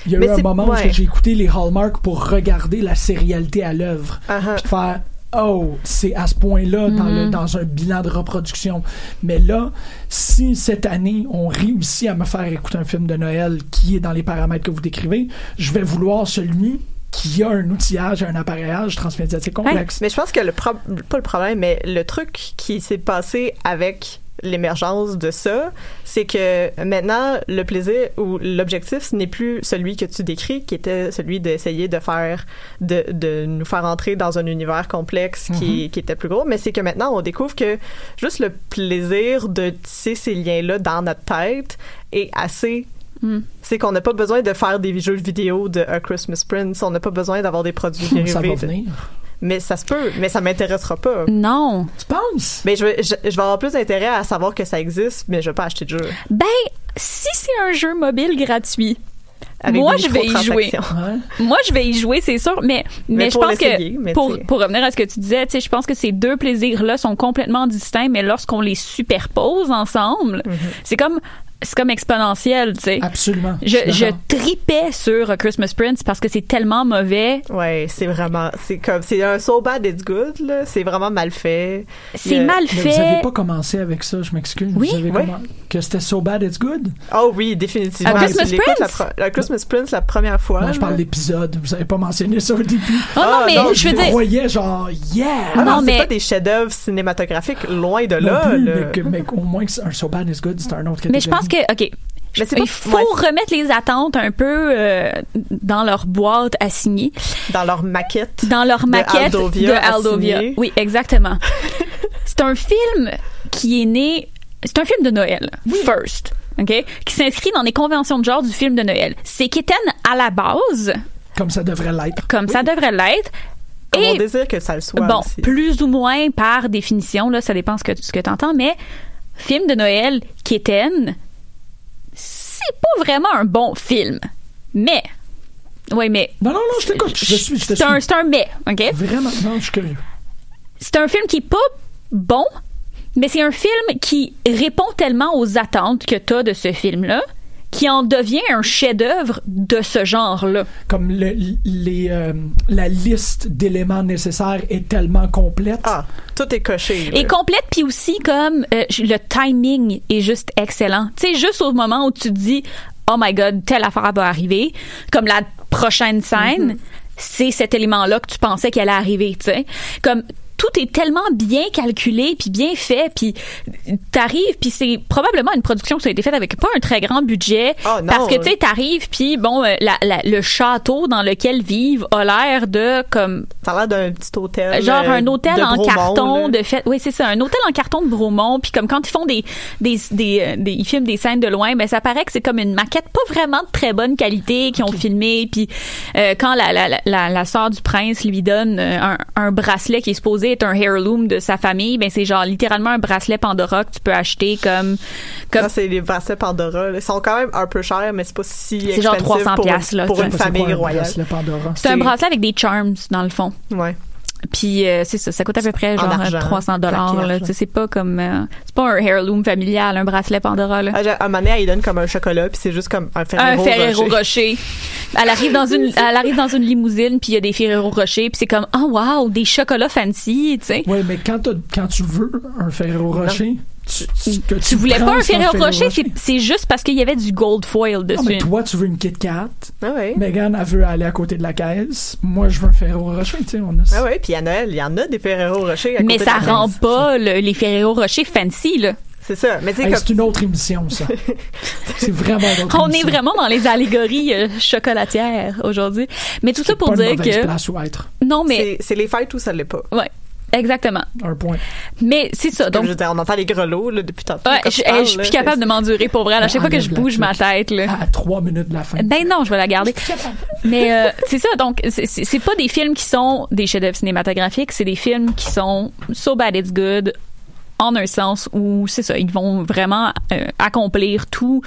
Il y a
Mais
eu un
c'est-
moment où
ouais.
j'ai écouté les Hallmark pour regarder la sérialité à l'œuvre.
Uh-huh.
Puis de faire Oh, c'est à ce point-là dans,
Mm-hmm.
le- dans un bilan de reproduction. Mais là, si cette année on réussit à me faire écouter un film de Noël qui est dans les paramètres que vous décrivez, je vais vouloir celui qui a un outillage, un appareillage transmédiatique complexe.
Mais je pense que le pro- pas le problème, mais le truc qui s'est passé avec l'émergence de ça, c'est que maintenant le plaisir ou l'objectif ce n'est plus celui que tu décris, qui était celui d'essayer de faire de, de nous faire entrer dans un univers complexe
Mhm.
qui, qui était plus gros, mais c'est que maintenant on découvre que juste le plaisir de tisser ces liens là dans notre tête est assez c'est qu'on n'a pas besoin de faire des jeux vidéo de A Christmas Prince, on n'a pas besoin d'avoir des produits dérivés.
Ça va
de-
venir.
mais ça se peut, mais ça m'intéressera pas.
Mm. Non.
Tu penses?
Mais je, vais- je, je vais avoir plus intérêt à savoir que ça existe, mais je vais pas acheter de jeu.
Ben, si c'est un jeu mobile gratuit,
Avec
Moi,
des
je vais y jouer.
microtransactions.
Ouais.
moi, je vais y jouer, c'est sûr, mais, mais,
Mais
je
pour
pense
l'essayer,
que,
mais
pour,
t'sais.
pour revenir à ce que tu disais, tu sais, je pense que ces deux plaisirs-là sont complètement distincts, mais lorsqu'on les superpose ensemble, c'est comme, c'est comme exponentiel, tu sais.
Absolument.
Je,
suis
je
d'accord.
tripais sur A Christmas Prince parce que c'est tellement mauvais.
Ouais, c'est vraiment, c'est comme, c'est un so bad it's good, là. C'est vraiment mal fait.
C'est
Euh,
mal
Mais vous avez
fait.
pas commencé avec ça, je m'excuse.
Oui,
Vous avez
oui.
commen- Que c'était so bad it's good?
Oh oui, définitivement.
À Christmas
Tu l'écoutes la
Prince?
pro- à Christmas Prince la première fois.
Moi, je parle
là.
d'épisode. Vous avez pas mentionné ça au début.
Oh non,
Ah,
mais
non,
je veux
vous
dire,
croyais genre, yeah!
Ah non,
Non,
c'est
mais-
pas des chefs-d'œuvre cinématographiques, loin de
Non
là.
plus,
là.
mais, que- mais qu'au moins que c'est un so bad is good, c'est un autre catégorie.
mais je pense que, OK.
Mais c'est pas-
il faut
ouais, c'est-
remettre les attentes un peu euh, dans leur boîte assignée.
dans leur maquette.
dans leur
De
maquette
Aldovia
de Aldovia.
assigné.
Oui, exactement. c'est un film qui est né. C'est un film de Noël, first, ok, qui s'inscrit dans les conventions de genre du film de Noël. C'est qu'Étienne à la base,
Comme ça devrait l'être.
comme ça devrait l'être.
Comme on
Et
désire que ça le soit.
bon,
aussi.
plus ou moins par définition, là, ça dépend ce que, ce que tu entends, mais film de Noël qu'Étienne, c'est pas vraiment un bon film. Mais, oui, mais.
Non, non, non, je t'écoute. Je suis, je te
C'est un,
suis.
c'est un mais, OK?
Vraiment, non, je suis curieux.
c'est un film qui est pas bon, mais c'est un film qui répond tellement aux attentes que t'as de ce film-là, qui en devient un chef-d'œuvre de ce genre-là.
Comme le- les, euh, la liste d'éléments nécessaires est tellement complète.
Ah, tout est coché. là.
Et complète, puis aussi comme euh, j- le timing est juste excellent. Tu sais, juste au moment où tu te dis « Oh my God, telle affaire va arriver », comme la prochaine scène,
Mm-hmm.
c'est cet élément-là que tu pensais qu'elle allait arriver, tu sais. Comme tout est tellement bien calculé, puis bien fait, puis t'arrives, puis c'est probablement une production qui a été faite avec pas un très grand budget,
Ah, non.
parce que tu sais, t'arrives, puis bon, euh, la- la- le château dans lequel vivent a l'air de comme
Ça a l'air d'un petit hôtel.
Genre
euh,
un hôtel
de
en
Bromont,
carton
là.
de fait. Oui, c'est ça, un hôtel en carton de Bromont. Puis comme quand ils font des, des, des, euh, des- ils filment des scènes de loin, ben ça paraît que c'est comme une maquette pas vraiment de très bonne qualité qu'ils ont filmé. Puis euh, quand la la, la, la la sœur du prince lui donne euh, un, un bracelet qui est supposé être un heirloom de sa famille, ben c'est genre littéralement un bracelet Pandora que tu peux acheter comme comme
Ça, c'est les bracelets Pandora. là. Ils sont quand même un peu chers, mais c'est pas si
C'est genre
expensive
300
pour,
piastres, là.
pour
C'est
une
C'est quoi,
famille
un
royale.
bracelet Pandora?
c'est un
c'est-
bracelet avec des charms dans le fond.
Ouais.
Puis euh, c'est ça, ça coûte à peu près
En
genre
argent,
300 dollars
plaquage,
là,
là.
tu sais c'est pas comme euh, c'est pas un heirloom familial, un bracelet Pandora là.
Ah, j'ai- un moment donné, elle donne comme un chocolat, puis c'est juste comme un
un
Ferrero
Ferrero
Rocher.
Rocher. Elle arrive dans une elle arrive dans une limousine puis il y a des Ferrero Rocher puis c'est comme oh wow, des chocolats fancy, tu sais.
Oui, mais quand, t'as- quand tu veux un Ferrero Rocher, tu, tu, que
Tu voulais pas
prends
un
sans
Ferrero Rocher, c'est- c'est juste parce qu'il y avait du gold foil
Non,
dessus.
mais toi, tu veux une Kit Kat.
Ah ouais.
Megan, elle veut aller à côté de la caisse. Moi, je veux un Ferrero Rocher, tu sais, on a
Ah ouais, puis à Noël, il y en a des Ferrero Rocher. À
Mais
côté
ça
de la
rend
maison.
pas le- les Ferrero Rocher fancy là.
C'est ça. Mais c'est
Hey,
comme.
c'est une autre émission, ça. c'est vraiment une autre
On est
émission.
vraiment dans les allégories euh, chocolatières aujourd'hui. Mais tout ça pour
pas une
dire
mauvaise
que
place où être.
non mais
c'est- C'est les fêtes où ça l'est pas.
ouais, exactement.
Un point.
Mais c'est ça.
Donc,
Donc
je veux dire, on entend les grelots là, depuis tantôt.
Ouais,
quand
je,
tu parles,
hey, je suis
là.
plus capable de m'endurer pour vrai. À chaque fois que je
Enlève Ah, la
bouge ma
tuque.
tête, là.
À trois minutes de la fin.
Ben non, je vais la garder. Mais euh, c'est ça, donc c'est- c'est c'est pas des films qui sont des chefs-d'œuvre cinématographiques, c'est des films qui sont so bad it's good en un sens où c'est ça, ils vont vraiment euh, accomplir tout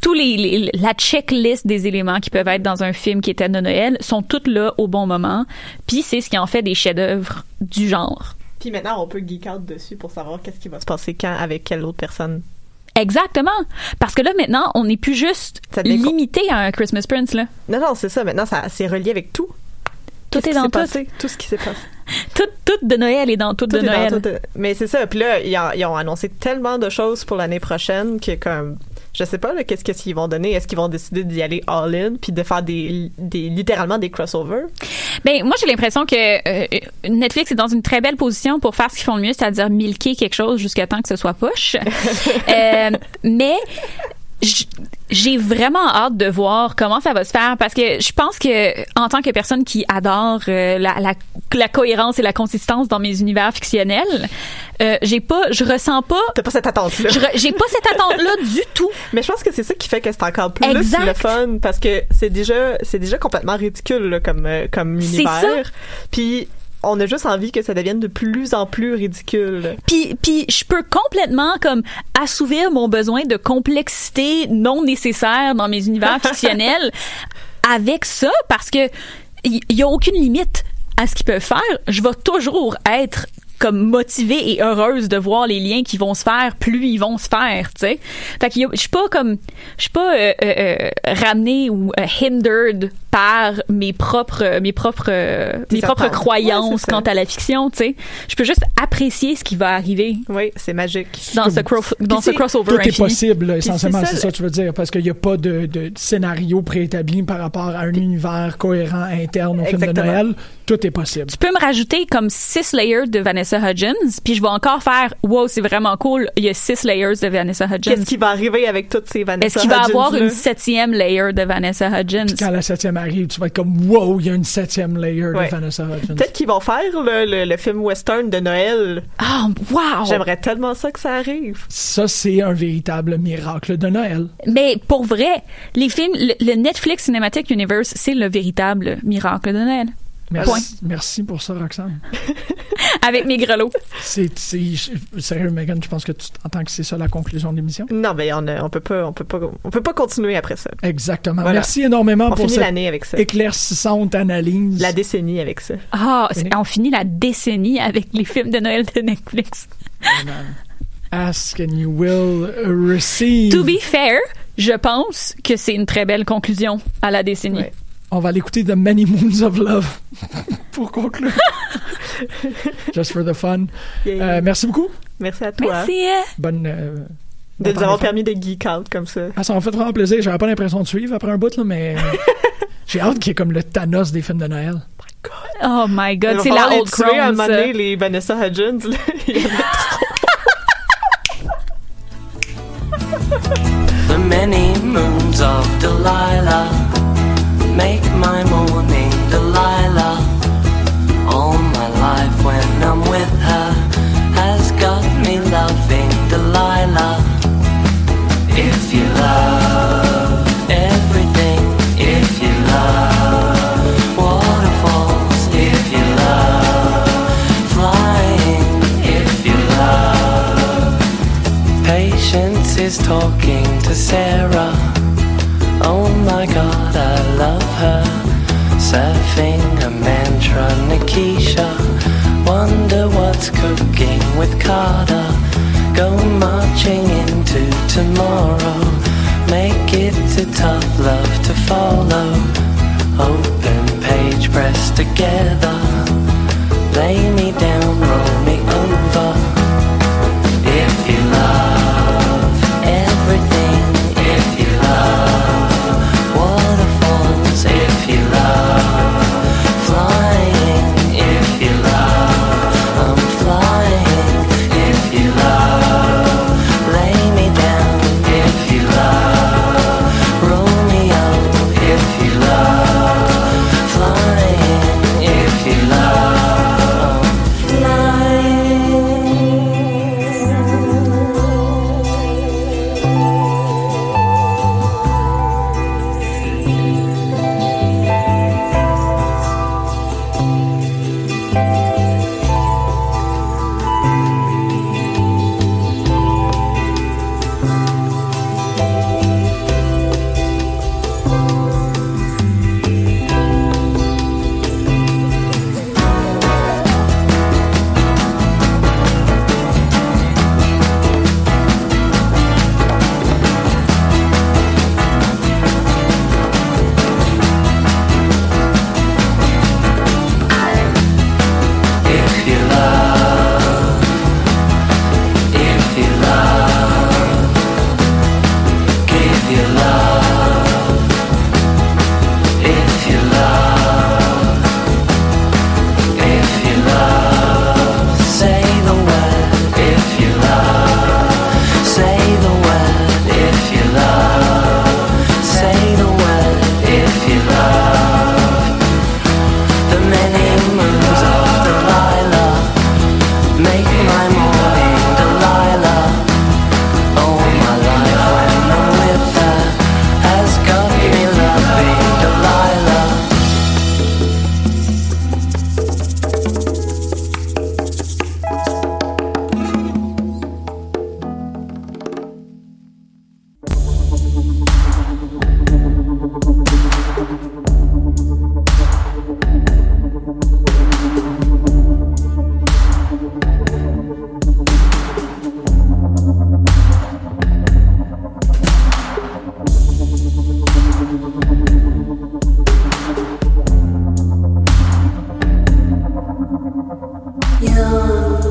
tous les, les- la checklist des éléments qui peuvent être dans un film qui était de Noël sont toutes là au bon moment, puis c'est ce qui en fait des chefs-d'œuvre du genre.
Puis maintenant, on peut geek out dessus pour savoir qu'est-ce qui va se passer quand, avec quelle autre personne.
Exactement. Parce que là, maintenant, on n'est plus juste
Ça déco-
limité à un Christmas Prince, là.
Non, non, c'est ça. Maintenant, ça, c'est relié avec tout.
Tout
Qu'est-ce
est
qui
dans
s'est
tout.
passé, tout ce qui s'est passé.
Tout, tout de Noël est dans tout, de
Tout est dans
Noël.
tout, euh, Mais c'est ça. Puis là, ils, en- ils ont annoncé tellement de choses pour l'année prochaine que comme je sais pas là, qu'est-ce qu'est-ce qu'ils vont donner. Est-ce qu'ils vont décider d'y aller all in puis de faire des, des littéralement des crossovers
Ben moi j'ai l'impression que euh, euh, Netflix est dans une très belle position pour faire ce qu'ils font le mieux, c'est-à-dire milquer quelque chose jusqu'à temps que ce soit poche. Euh, mais j- j'ai vraiment hâte de voir comment ça va se faire parce que je pense que en tant que personne qui adore euh, la, la, la cohérence et la consistance dans mes univers fictionnels, euh, j'ai pas je ressens pas
T'as pas cette attente là.
je re- j'ai pas cette attente là du tout.
Mais je pense que c'est ça qui fait que c'est encore plus
Exact.
le fun parce que c'est déjà c'est déjà complètement ridicule là, comme euh, comme
C'est
univers. Puis on a juste envie que ça devienne de plus en plus ridicule.
Puis, puis je peux complètement comme assouvir mon besoin de complexité non nécessaire dans mes univers fictionnels avec ça parce que il y, a aucune limite à ce qu'ils peuvent faire. Je vais toujours être comme motivée et heureuse de voir les liens qui vont se faire, plus ils vont se faire, tu sais. Fait que y a- je suis pas comme, je suis pas euh, euh, euh, ramenée ou euh, hindered par mes propres, mes propres, euh,
Tes
mes propres
attentes. Ouais,
croyances
c'est ça.
quant à la fiction, tu sais. Je peux juste apprécier ce qui va arriver
Oui, c'est magique.
dans ce, cro- dans ce
c'est-
crossover
Tout est
infini.
possible, là, essentiellement,
c'est ça,
c'est ça que tu veux dire, parce qu'il n'y a pas de, de scénario préétabli par rapport à un univers cohérent interne au film de
Exactement.
Noël. Tout est possible.
Tu peux me rajouter comme six layers de Vanessa Hudgens, puis je vais encore faire wow, c'est vraiment cool. Il y a six layers de Vanessa Hudgens.
Qu'est-ce qui va arriver avec toutes ces Vanessa
Est-ce qu'il va
Hudgens,
avoir
là?
une septième layer de Vanessa Hudgens?
Quand la septième arrive, tu vas être comme wow, il y a une septième layer
Ouais.
de Vanessa Hudgens.
Peut-être qu'ils vont faire le, le- le film western de Noël.
Ah, wow!
J'aimerais tellement ça que ça arrive.
Ça, c'est un véritable miracle de Noël.
Mais pour vrai, les films, le, le Netflix Cinematic Universe, c'est le véritable miracle de Noël.
Merci, merci pour ça, Roxane.
Avec mes grelots.
C'est, c'est- je- sérieux, Megan, je pense que tu entends que c'est ça la conclusion de l'émission.
Non, mais on, a- on peut pas, on peut pas, on peut pas continuer après ça.
Exactement.
Voilà.
Merci énormément
On
pour
finit
cette
l'année avec ça.
éclaircissante analyse.
La décennie avec ça.
Ah, c'est- on finit la décennie avec les films de Noël de Netflix.
Ask and you will receive.
To be fair, je pense que c'est une très belle conclusion à la décennie.
Ouais.
On va l'écouter The Many Moons of Love pour conclure. Just for the fun.
Yay.
Euh, merci beaucoup.
Merci à toi
Merci. hein.
Bonne. euh,
de
bon temps
nous avoir
des fêtes.
permis de geek out comme ça.
Ah, ça m'a fait vraiment plaisir. J'avais pas l'impression de suivre après un bout, là, mais. J'ai hâte qu'il y ait comme le Thanos des films de Noël.
Oh my
Il
god,
va
c'est
falloir
la
les
old
tuer
crone,
à un moment
ça.
donné, les Vanessa Hudgens. là. Il y en a
The many moons of Delilah make my morning Delilah. All my life when I'm with her has got me loving Delilah. If you love everything, if you love waterfalls, if you love flying, if you love. Patience is talking to Sarah. Oh my god, I love her. Surfing a mantra, Nikisha. Wonder what's cooking with Carter. Go marching into tomorrow. Make it a tough love to follow. Open page, press together. Lay me down, roll